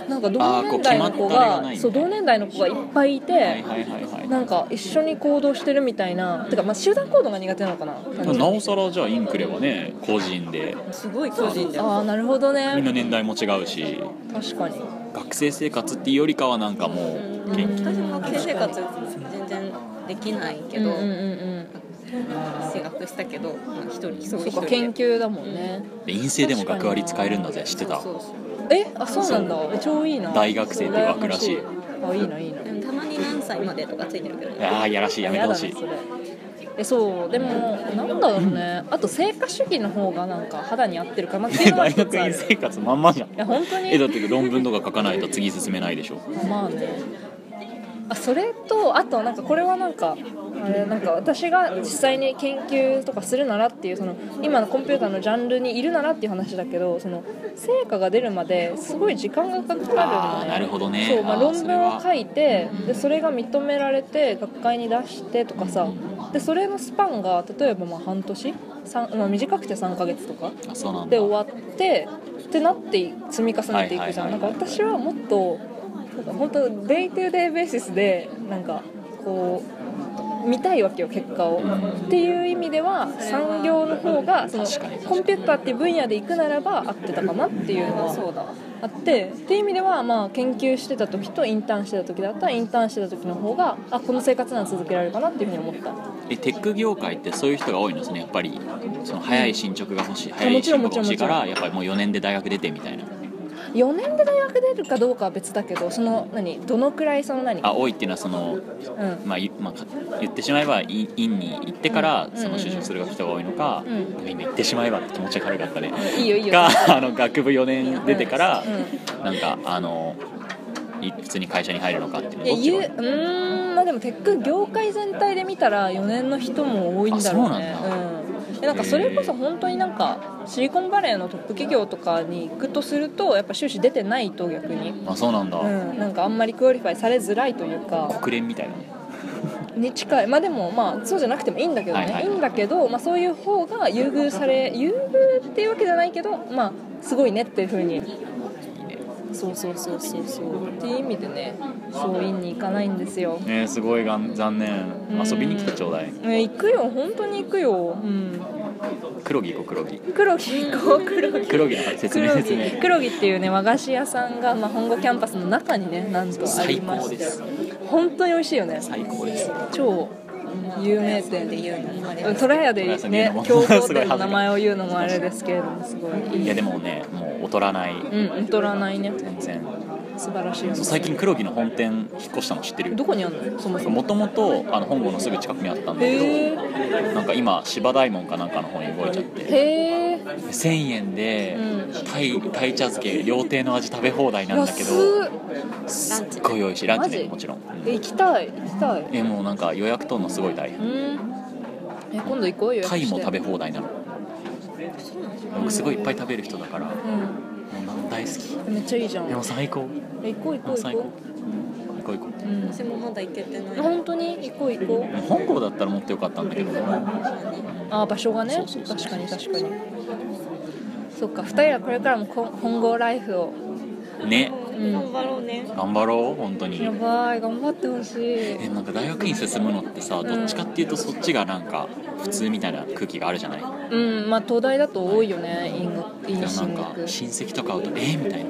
Speaker 2: なんか
Speaker 3: あ
Speaker 2: 同
Speaker 3: ーこう
Speaker 2: 年代の子
Speaker 3: 決まったあれが
Speaker 2: が
Speaker 3: ないんだ
Speaker 2: そう同年代の子がいっぱいいて、
Speaker 3: はいはいはいはい
Speaker 2: なんか一緒に行動してるみたいなてかまあ集団行動が苦手なのかな
Speaker 3: なおさらじゃあインクレはね個人です
Speaker 4: ごい個人で
Speaker 2: ああなるほど
Speaker 3: みんな
Speaker 2: ね
Speaker 3: 年代も違うし
Speaker 2: 確かに
Speaker 3: 学生生活っていうよりかはなんかもう元気
Speaker 4: 私も学生生活全然できないけど、
Speaker 2: うんうんうん
Speaker 4: 私学したけど、まあ、一人す
Speaker 2: う
Speaker 4: ご
Speaker 2: ん
Speaker 4: い
Speaker 2: そうか
Speaker 4: 一人
Speaker 2: 研究だもんね
Speaker 3: で陰性でも学割使えるんだぜ知ってた
Speaker 4: そうそう
Speaker 2: えあそうなんだえ超いいな
Speaker 3: 大学生って枠らしい
Speaker 2: 羨ましいあいいないいな
Speaker 4: でもたまに何歳までとかついてるけどね
Speaker 3: ああやらしいやめてほしい
Speaker 2: やだねそれえそうでもなんだろうねあと成果主義の方がなんか肌に合ってるかなっていうのは
Speaker 3: 大
Speaker 2: 一つ
Speaker 3: 学
Speaker 2: あ
Speaker 3: 院
Speaker 2: る
Speaker 3: 生活まんまじゃん
Speaker 2: いや本当に
Speaker 3: えだって論文とか書かないと次進めないでしょ
Speaker 2: まあねあそれとあとなんかこれはなんかあれなんか私が実際に研究とかするならっていうその今のコンピューターのジャンルにいるならっていう話だけどその成果が出るまですごい時間がかかるのね
Speaker 3: あーなるほどね
Speaker 2: そうまあ、
Speaker 3: あー
Speaker 2: 論
Speaker 3: それ
Speaker 2: 文
Speaker 3: は
Speaker 2: を書いて
Speaker 3: うん
Speaker 2: でそれが認められて学会に出してとかさでそれのスパンが例えばまあ半年三まあ、短くて3ヶ月とか
Speaker 3: あそうなんだ
Speaker 2: で終わってってなって積み重ねていくじゃん、
Speaker 3: はいはいはい
Speaker 2: なんか私はもっとなんか本当デイトゥデイベーシスでなんかこう見たいわけよ結果を、っていう意味では産業の方がその
Speaker 3: 確かに
Speaker 2: コンピューターっていう分野で行くならば合ってたかなっていうのは
Speaker 4: そうだ
Speaker 2: あってっていう意味ではまあ研究してた時とインターンしてた時だったらインターンしてた時の方があこの生活なら続けられるかなっていうふうに思った
Speaker 3: えテック業界ってそういう人が多いのですねやっぱりその早い進捗が欲しい早
Speaker 2: も
Speaker 3: い
Speaker 2: ち
Speaker 3: 進
Speaker 2: ろん
Speaker 3: 捗が欲しいか
Speaker 2: も
Speaker 3: らやっぱりもう4年で大学出てみたいな
Speaker 2: 4年で大学出るかどうかは別だけどその何どのくらいその何
Speaker 3: あ多いっていうのはその、
Speaker 2: うん
Speaker 3: まあいまあか言ってしまえばい院に行ってから
Speaker 2: うん
Speaker 3: その就職する人が多いのか、
Speaker 2: う
Speaker 3: 今言ってしまえばって気持ちが軽かったね
Speaker 2: いいよいいよ
Speaker 3: があの学部4年出てから、
Speaker 2: う
Speaker 3: なんかあのい普通に会社に入るのかっていうの
Speaker 2: いや
Speaker 3: どっち
Speaker 2: ゆ
Speaker 3: が
Speaker 2: うーんまあでもテック業界全体で見たら4年の人も多いんだろうね
Speaker 3: あそうなん
Speaker 2: うんでなんかそれこそ本当になんかシリコンバレーのトップ企業とかに行くとするとやっぱ収支出てないと逆に、
Speaker 3: あそうなんだ、
Speaker 2: うん、なんかあんまりクオリファイされづらいというか
Speaker 3: 国連みたいなね
Speaker 2: に近いまあでもまあそうじゃなくてもいいんだけどね、
Speaker 3: はい
Speaker 2: い
Speaker 3: はいい
Speaker 2: んだけど、まあ、そういう方が優遇され優遇っていうわけじゃないけどまあすごいねっていうふうに
Speaker 3: いいね
Speaker 2: そうそうそうそうそうっていう意味でねそう院に行かないんですよ
Speaker 3: ねえすごいがん残念
Speaker 2: うん
Speaker 3: 遊びに来てちょうだい
Speaker 2: ね行くよ本当に行くよ、うん、
Speaker 3: 黒木行こう黒木
Speaker 2: 黒木行こう黒木
Speaker 3: 黒木の説明
Speaker 2: 黒
Speaker 3: 説
Speaker 2: 木
Speaker 3: 明
Speaker 2: 黒木っていうね和菓子屋さんが、まあ、本郷キャンパスの中にねなんとあり
Speaker 3: 最
Speaker 2: ま
Speaker 3: 高
Speaker 2: し
Speaker 3: で
Speaker 2: て
Speaker 3: す
Speaker 2: 本当に美味しいよね
Speaker 3: 最高です
Speaker 2: 超有名店
Speaker 4: で言うのもあれ
Speaker 2: トラヤで
Speaker 3: トラヤ
Speaker 2: ね
Speaker 3: さんの言うのも
Speaker 2: 競合
Speaker 3: すごい
Speaker 2: 店
Speaker 3: 恥ずかしい
Speaker 2: の名前を言うのもあれですけれどもすごいい
Speaker 3: い
Speaker 2: い
Speaker 3: やでもねもう劣らない
Speaker 2: うん劣らないね
Speaker 3: 全然
Speaker 2: 素晴らしいよ
Speaker 3: そう
Speaker 2: ね
Speaker 3: 最近黒木の本店引っ越したの知ってる
Speaker 2: どこにあるのそもそも
Speaker 3: もともとあの本郷のすぐ近くにあったんだ
Speaker 2: へ
Speaker 3: け
Speaker 2: え
Speaker 3: どなんか今芝大門かなんかの方に動いちゃって
Speaker 2: へえ
Speaker 3: 1000円で
Speaker 2: うん
Speaker 3: 鯛鯛茶漬け料亭の味食べ放題なんだけど
Speaker 2: 安っ
Speaker 3: すっごい美味しいランチ
Speaker 2: マ
Speaker 3: ね
Speaker 2: ジ
Speaker 3: もちろんうん
Speaker 2: え行きたい行きたい
Speaker 3: えもうなんか予約取るのすごい大変
Speaker 2: うんえ今度行こうよ
Speaker 3: タイも食べ放題なの僕すごいいっぱい食べる人だからも
Speaker 2: う
Speaker 3: うなん大好き
Speaker 2: んめっちゃいいじゃん
Speaker 3: でも最高
Speaker 2: え行こう行こう行
Speaker 3: 最高
Speaker 2: こ
Speaker 3: 行こう行こう
Speaker 2: ううん
Speaker 4: 私もまだ行けてない
Speaker 2: 本当に行こう行こう
Speaker 3: 本郷だったらもっとよかったんだけど
Speaker 2: あ場所がね
Speaker 3: そうそうそう
Speaker 2: 確かに確かにそっか2人はこれからもこ本郷ライフを
Speaker 3: ね
Speaker 4: 頑張ろうね
Speaker 3: 頑張ろう本当に
Speaker 2: やばい頑張ってほしい
Speaker 3: でもなんか大学院進むのってさどっちかっていうとそっちがなんか普通みたいな空気があるじゃない
Speaker 2: うんまあ東大だと多いよね院学
Speaker 3: で
Speaker 2: 院
Speaker 3: もなん
Speaker 2: 進
Speaker 3: か
Speaker 2: 学
Speaker 3: 親戚とか会うとえーみたい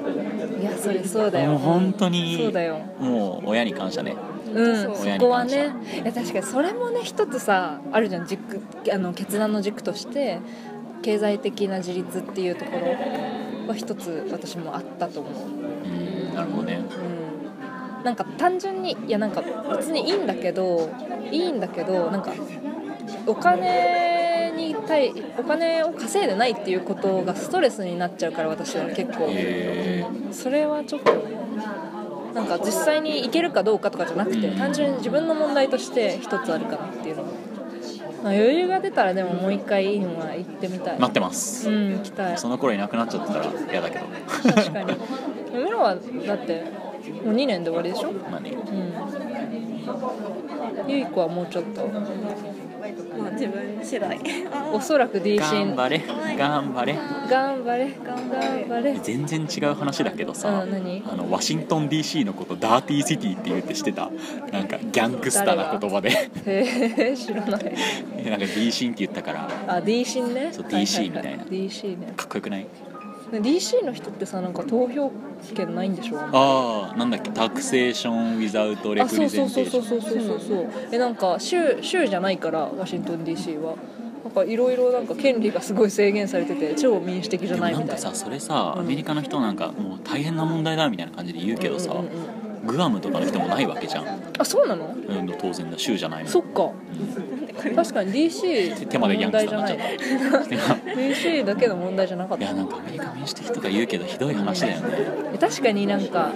Speaker 2: いやそれそうだ
Speaker 3: な
Speaker 2: よ
Speaker 3: もう本当に
Speaker 2: そうだよ
Speaker 3: もう親に感謝ね
Speaker 2: うん、そ
Speaker 3: 親に
Speaker 2: こはね
Speaker 3: 関
Speaker 2: いや確かにそれもね一つさあるじゃん軸あの決断の軸として経済的な自立っていうところは一つ私もあったと思う、
Speaker 3: うんなるほどね
Speaker 2: うん、なんか単純にいやなんか別にいいんだけどいいんだけどなんかお金に対お金を稼いでないっていうことがストレスになっちゃうから私は結構。
Speaker 3: へ
Speaker 2: それはちょっとなんか実際に行けるかどうかとかじゃなくて
Speaker 3: うん
Speaker 2: 単純に自分の問題として一つあるかなっていうのが、まあ、余裕が出たらでももう一回院は行ってみたい
Speaker 3: え待ってます
Speaker 2: うん行きたい
Speaker 3: その頃いなくなっちゃってたら嫌だけど
Speaker 2: 確かに夢ろはだってもう2年で終わりでしょ
Speaker 3: ま あね
Speaker 2: うんゆい子はもうちょっと
Speaker 4: まあ自分次第
Speaker 2: おそらく DC
Speaker 3: 頑張れ頑張れ
Speaker 2: 頑張れ頑張れ
Speaker 3: 全然違う話だけどさ、
Speaker 2: うん何
Speaker 3: あのワシントン DC のことダーティーシティって言うってしてたなんかギャングスターな言葉で
Speaker 2: へえ知らない
Speaker 3: なんか DC って言ったからか
Speaker 2: あ DC ね
Speaker 3: そう DC みたいな
Speaker 2: DC ね
Speaker 3: っこよくない
Speaker 2: DC の人ってさなんか投票権ないんでしょ
Speaker 3: ああなんだっけタクセーション・ウィザウト・レ
Speaker 2: あ
Speaker 3: プ
Speaker 2: そう
Speaker 3: リゼ
Speaker 2: そう
Speaker 3: ン
Speaker 2: そう
Speaker 3: テー
Speaker 2: そうそう
Speaker 3: シ
Speaker 2: そうそうそうえなんか州州じゃないからワシントン DC はなんかいろいろなんか権利がすごい制限されてて超民主的じゃ
Speaker 3: ョンでも
Speaker 2: ない
Speaker 3: な
Speaker 2: み
Speaker 3: ん
Speaker 2: た
Speaker 3: か
Speaker 2: いな
Speaker 3: さそれさ
Speaker 2: うん
Speaker 3: アメリカの人なんかもう大変な問題だみたいな感じで言うけどさ、
Speaker 2: うんうんうん
Speaker 3: グアムとかの人もないわけじゃん、
Speaker 2: あそうなの
Speaker 3: うん、当然だ州じゃないの
Speaker 2: そっか確かに DC
Speaker 3: 手手までギャン
Speaker 2: 問
Speaker 3: グス
Speaker 2: 題
Speaker 3: タ
Speaker 2: じ
Speaker 3: ー
Speaker 2: ゃ
Speaker 3: になっ
Speaker 2: な
Speaker 3: ちゃ
Speaker 2: い
Speaker 3: った
Speaker 2: DC だけの問題じゃなかっ
Speaker 3: いや
Speaker 2: た
Speaker 3: なんかアメリカ民主的とか言うけどひどい話だよね
Speaker 2: 確かになんか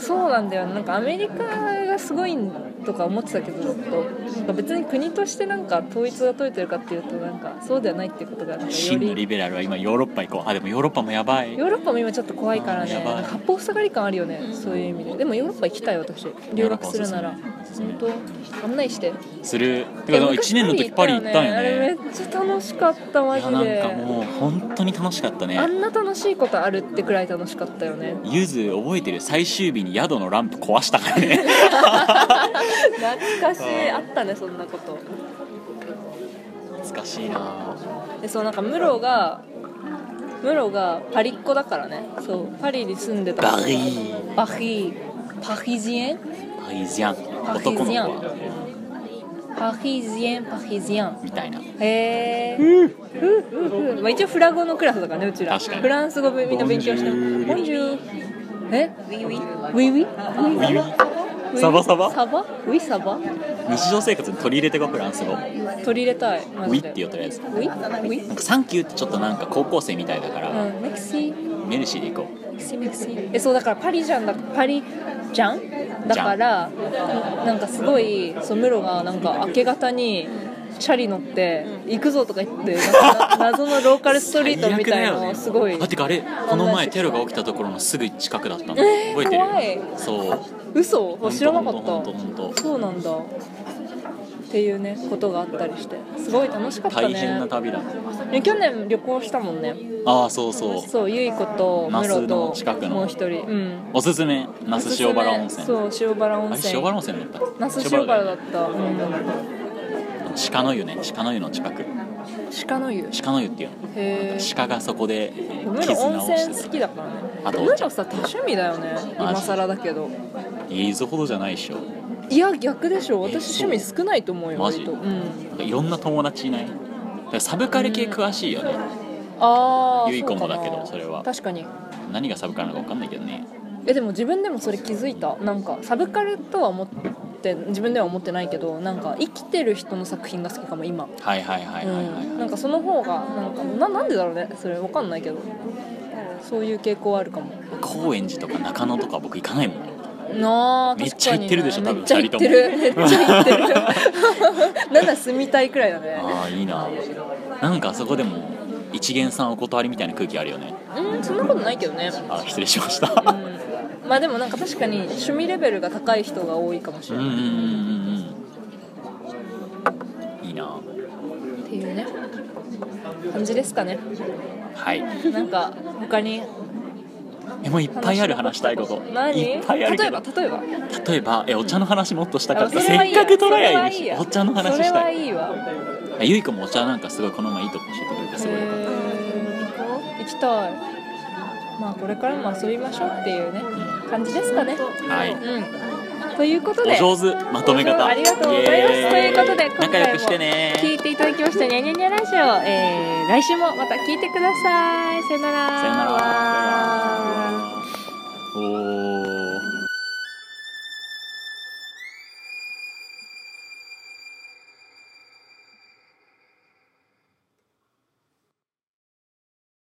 Speaker 2: そうなんだよなんかアメリカがすごいんとか思ってたけどずっとなんか別に国としてなんか統一が取れてるかっていうとなんかそうではないっていうことがなんかよ
Speaker 3: 真のリ
Speaker 2: り
Speaker 3: ベラルは今ヨーロッパ行こうあでもヨーロッパもやばい
Speaker 2: ヨーロッパも今ちょっと怖いからね
Speaker 3: やばい
Speaker 2: なんか八方塞がり感あるよねそういう意味ででもヨーロッパ行きたい私留学するなら
Speaker 3: ヨーロッパおすすめ
Speaker 2: 本当案内して
Speaker 3: するてかでも1年の時パリ行ったよ
Speaker 2: あれめ
Speaker 3: ね
Speaker 2: っちゃ楽しかったマ
Speaker 3: いや
Speaker 2: ジ
Speaker 3: なん
Speaker 2: で
Speaker 3: かもう本当に楽しかった
Speaker 2: あ
Speaker 3: ね
Speaker 2: んな楽しいことあるってくらい楽しかったよね
Speaker 3: ゆず覚えてる最終日に宿のランプ壊したからね
Speaker 2: 懐かし
Speaker 3: い
Speaker 2: いあ
Speaker 3: あ
Speaker 2: ったねそんなこと
Speaker 3: 懐かしいな
Speaker 2: でそうなんかムロがムロがパリっ子だからねそうパリに住んでた
Speaker 3: バリー
Speaker 2: パリパリジエン
Speaker 3: パイジアン
Speaker 2: パ
Speaker 3: 男
Speaker 2: イ
Speaker 3: の子
Speaker 2: ジアン
Speaker 3: は
Speaker 2: パリジエンパリジエン
Speaker 3: みたいな
Speaker 2: へえーふうふうふうまあ、一応フラ語のクラスだからねうちら
Speaker 3: 確かに
Speaker 2: フランス語みんな勉強してるボンジュールえウィウィウィウィ
Speaker 3: サバサバ
Speaker 2: サバウィサバ
Speaker 3: 日常生活に取り入れてこフランス語ウィ
Speaker 2: 取り入れたいマジで
Speaker 3: って言うとりあえず
Speaker 2: ウィウィ
Speaker 3: なんかサンキューってちょっとなんか高校生みたいだから、
Speaker 2: うんメキシ
Speaker 3: メルシーで行こ
Speaker 2: メキシメキシえそうだからパリジャンだパリジャンだからなんかすごいそうムロがなんか明け方にチャリ乗って行くぞとか言ってなんかな謎のローカルスト
Speaker 3: う
Speaker 2: リートみたいなのをすごい
Speaker 3: だってかあれこの前テロが起きたところのすぐ近くだったの覚
Speaker 2: えー
Speaker 3: えてる
Speaker 2: 怖い
Speaker 3: そう
Speaker 2: 嘘
Speaker 3: ほんと
Speaker 2: 知らなか
Speaker 3: ほん
Speaker 2: っ
Speaker 3: とほんとほん
Speaker 2: た
Speaker 3: と
Speaker 2: そうなんだっていうねことがあったりしてすごい楽しかったね
Speaker 3: 大変な旅だ
Speaker 2: ね去年旅行したもんね
Speaker 3: ああそうそう
Speaker 2: そうゆい子とムロ
Speaker 3: 那須の
Speaker 2: と
Speaker 3: 近くの
Speaker 2: もう一人うん
Speaker 3: おすすめ那須塩原温泉
Speaker 2: そう塩原温
Speaker 3: あれ
Speaker 2: 泉
Speaker 3: 塩原温泉だった
Speaker 2: 那須塩原
Speaker 3: だ
Speaker 2: だ
Speaker 3: よ
Speaker 2: った、うん、
Speaker 3: 鹿の湯ね鹿の湯の近く
Speaker 2: 鹿の湯
Speaker 3: 鹿の湯っていうの
Speaker 2: へえ
Speaker 3: 鹿がそこで
Speaker 2: ムロ
Speaker 3: 絆
Speaker 2: 温
Speaker 3: をして
Speaker 2: 泉好
Speaker 3: た
Speaker 2: きだからね
Speaker 3: あと
Speaker 2: ムロさ多趣味だよね今更だけど
Speaker 3: いいぞほどじゃないでしょ
Speaker 2: いや逆でしょ
Speaker 3: え
Speaker 2: 私
Speaker 3: そう
Speaker 2: 趣味少ないと思うよ
Speaker 3: マジ
Speaker 2: 割と、うん、
Speaker 3: なんかいろんな友達いないだからサブカル系詳しいよね
Speaker 2: ああ
Speaker 3: ゆい子もだけどそれは
Speaker 2: 確かに
Speaker 3: 何がサブカルなのか分かんないけどね
Speaker 2: えでも自分でもそれ気づいたなんかサブカルとは思って自分では思ってないけどなんか生きてる人の作品が好きかも今
Speaker 3: はいはいはいはいはい、
Speaker 2: うん、なんかその方がなんかななんでだろうねそれわかんないけどそういう傾向はあるかも
Speaker 3: 高円寺とか中野とか僕行かないもん
Speaker 2: なあ
Speaker 3: めっ
Speaker 2: 確
Speaker 3: ちゃ
Speaker 2: か
Speaker 3: 行
Speaker 2: に
Speaker 3: って
Speaker 2: ね
Speaker 3: るでしょ多分
Speaker 2: めっちゃ行ってるめっちゃ行ってるなんだ住みたいくらいだね
Speaker 3: ああいいななんかあそこでも一元さんお断りみたいな空気あるよね
Speaker 2: うんそんなことないけどね
Speaker 3: あー失礼しまし
Speaker 2: う
Speaker 3: た
Speaker 2: んまあでもなんか確かに趣味レベルが高い人が多いかもし
Speaker 3: う
Speaker 2: れ
Speaker 3: んう
Speaker 2: な
Speaker 3: んう
Speaker 2: い、
Speaker 3: んうんうんいいな
Speaker 2: っていうね感じですかね
Speaker 3: はい
Speaker 2: なんか他に
Speaker 3: えもういっぱいある話したいこと
Speaker 2: 何
Speaker 3: いっぱいある
Speaker 2: 例
Speaker 3: け
Speaker 2: え
Speaker 3: ど
Speaker 2: ば例えば
Speaker 3: 例えばえお茶の話もっとしたかった
Speaker 2: あそれはい
Speaker 3: せ
Speaker 2: い
Speaker 3: っ
Speaker 2: や
Speaker 3: かくトライア
Speaker 2: それは
Speaker 3: イ
Speaker 2: いい
Speaker 3: に
Speaker 2: や
Speaker 3: お茶の話し
Speaker 2: それは
Speaker 3: たい
Speaker 2: いいわ
Speaker 3: あゆいこもお茶なんかすごいこの前いいとこ教えてくれてすごいよかっ
Speaker 2: へー行きたいまあこれからも遊びましょうっていうね感じですかね
Speaker 3: たはい
Speaker 2: うんということで
Speaker 3: お上手まとめ方
Speaker 2: ありがとうございます
Speaker 3: イエーイ
Speaker 2: ということで今回も
Speaker 3: 仲良くしてね
Speaker 2: 聞いていただきましたニャニャニャラジオ、えー来週もまた聞いてくださいさよなら
Speaker 3: さよなら
Speaker 2: わー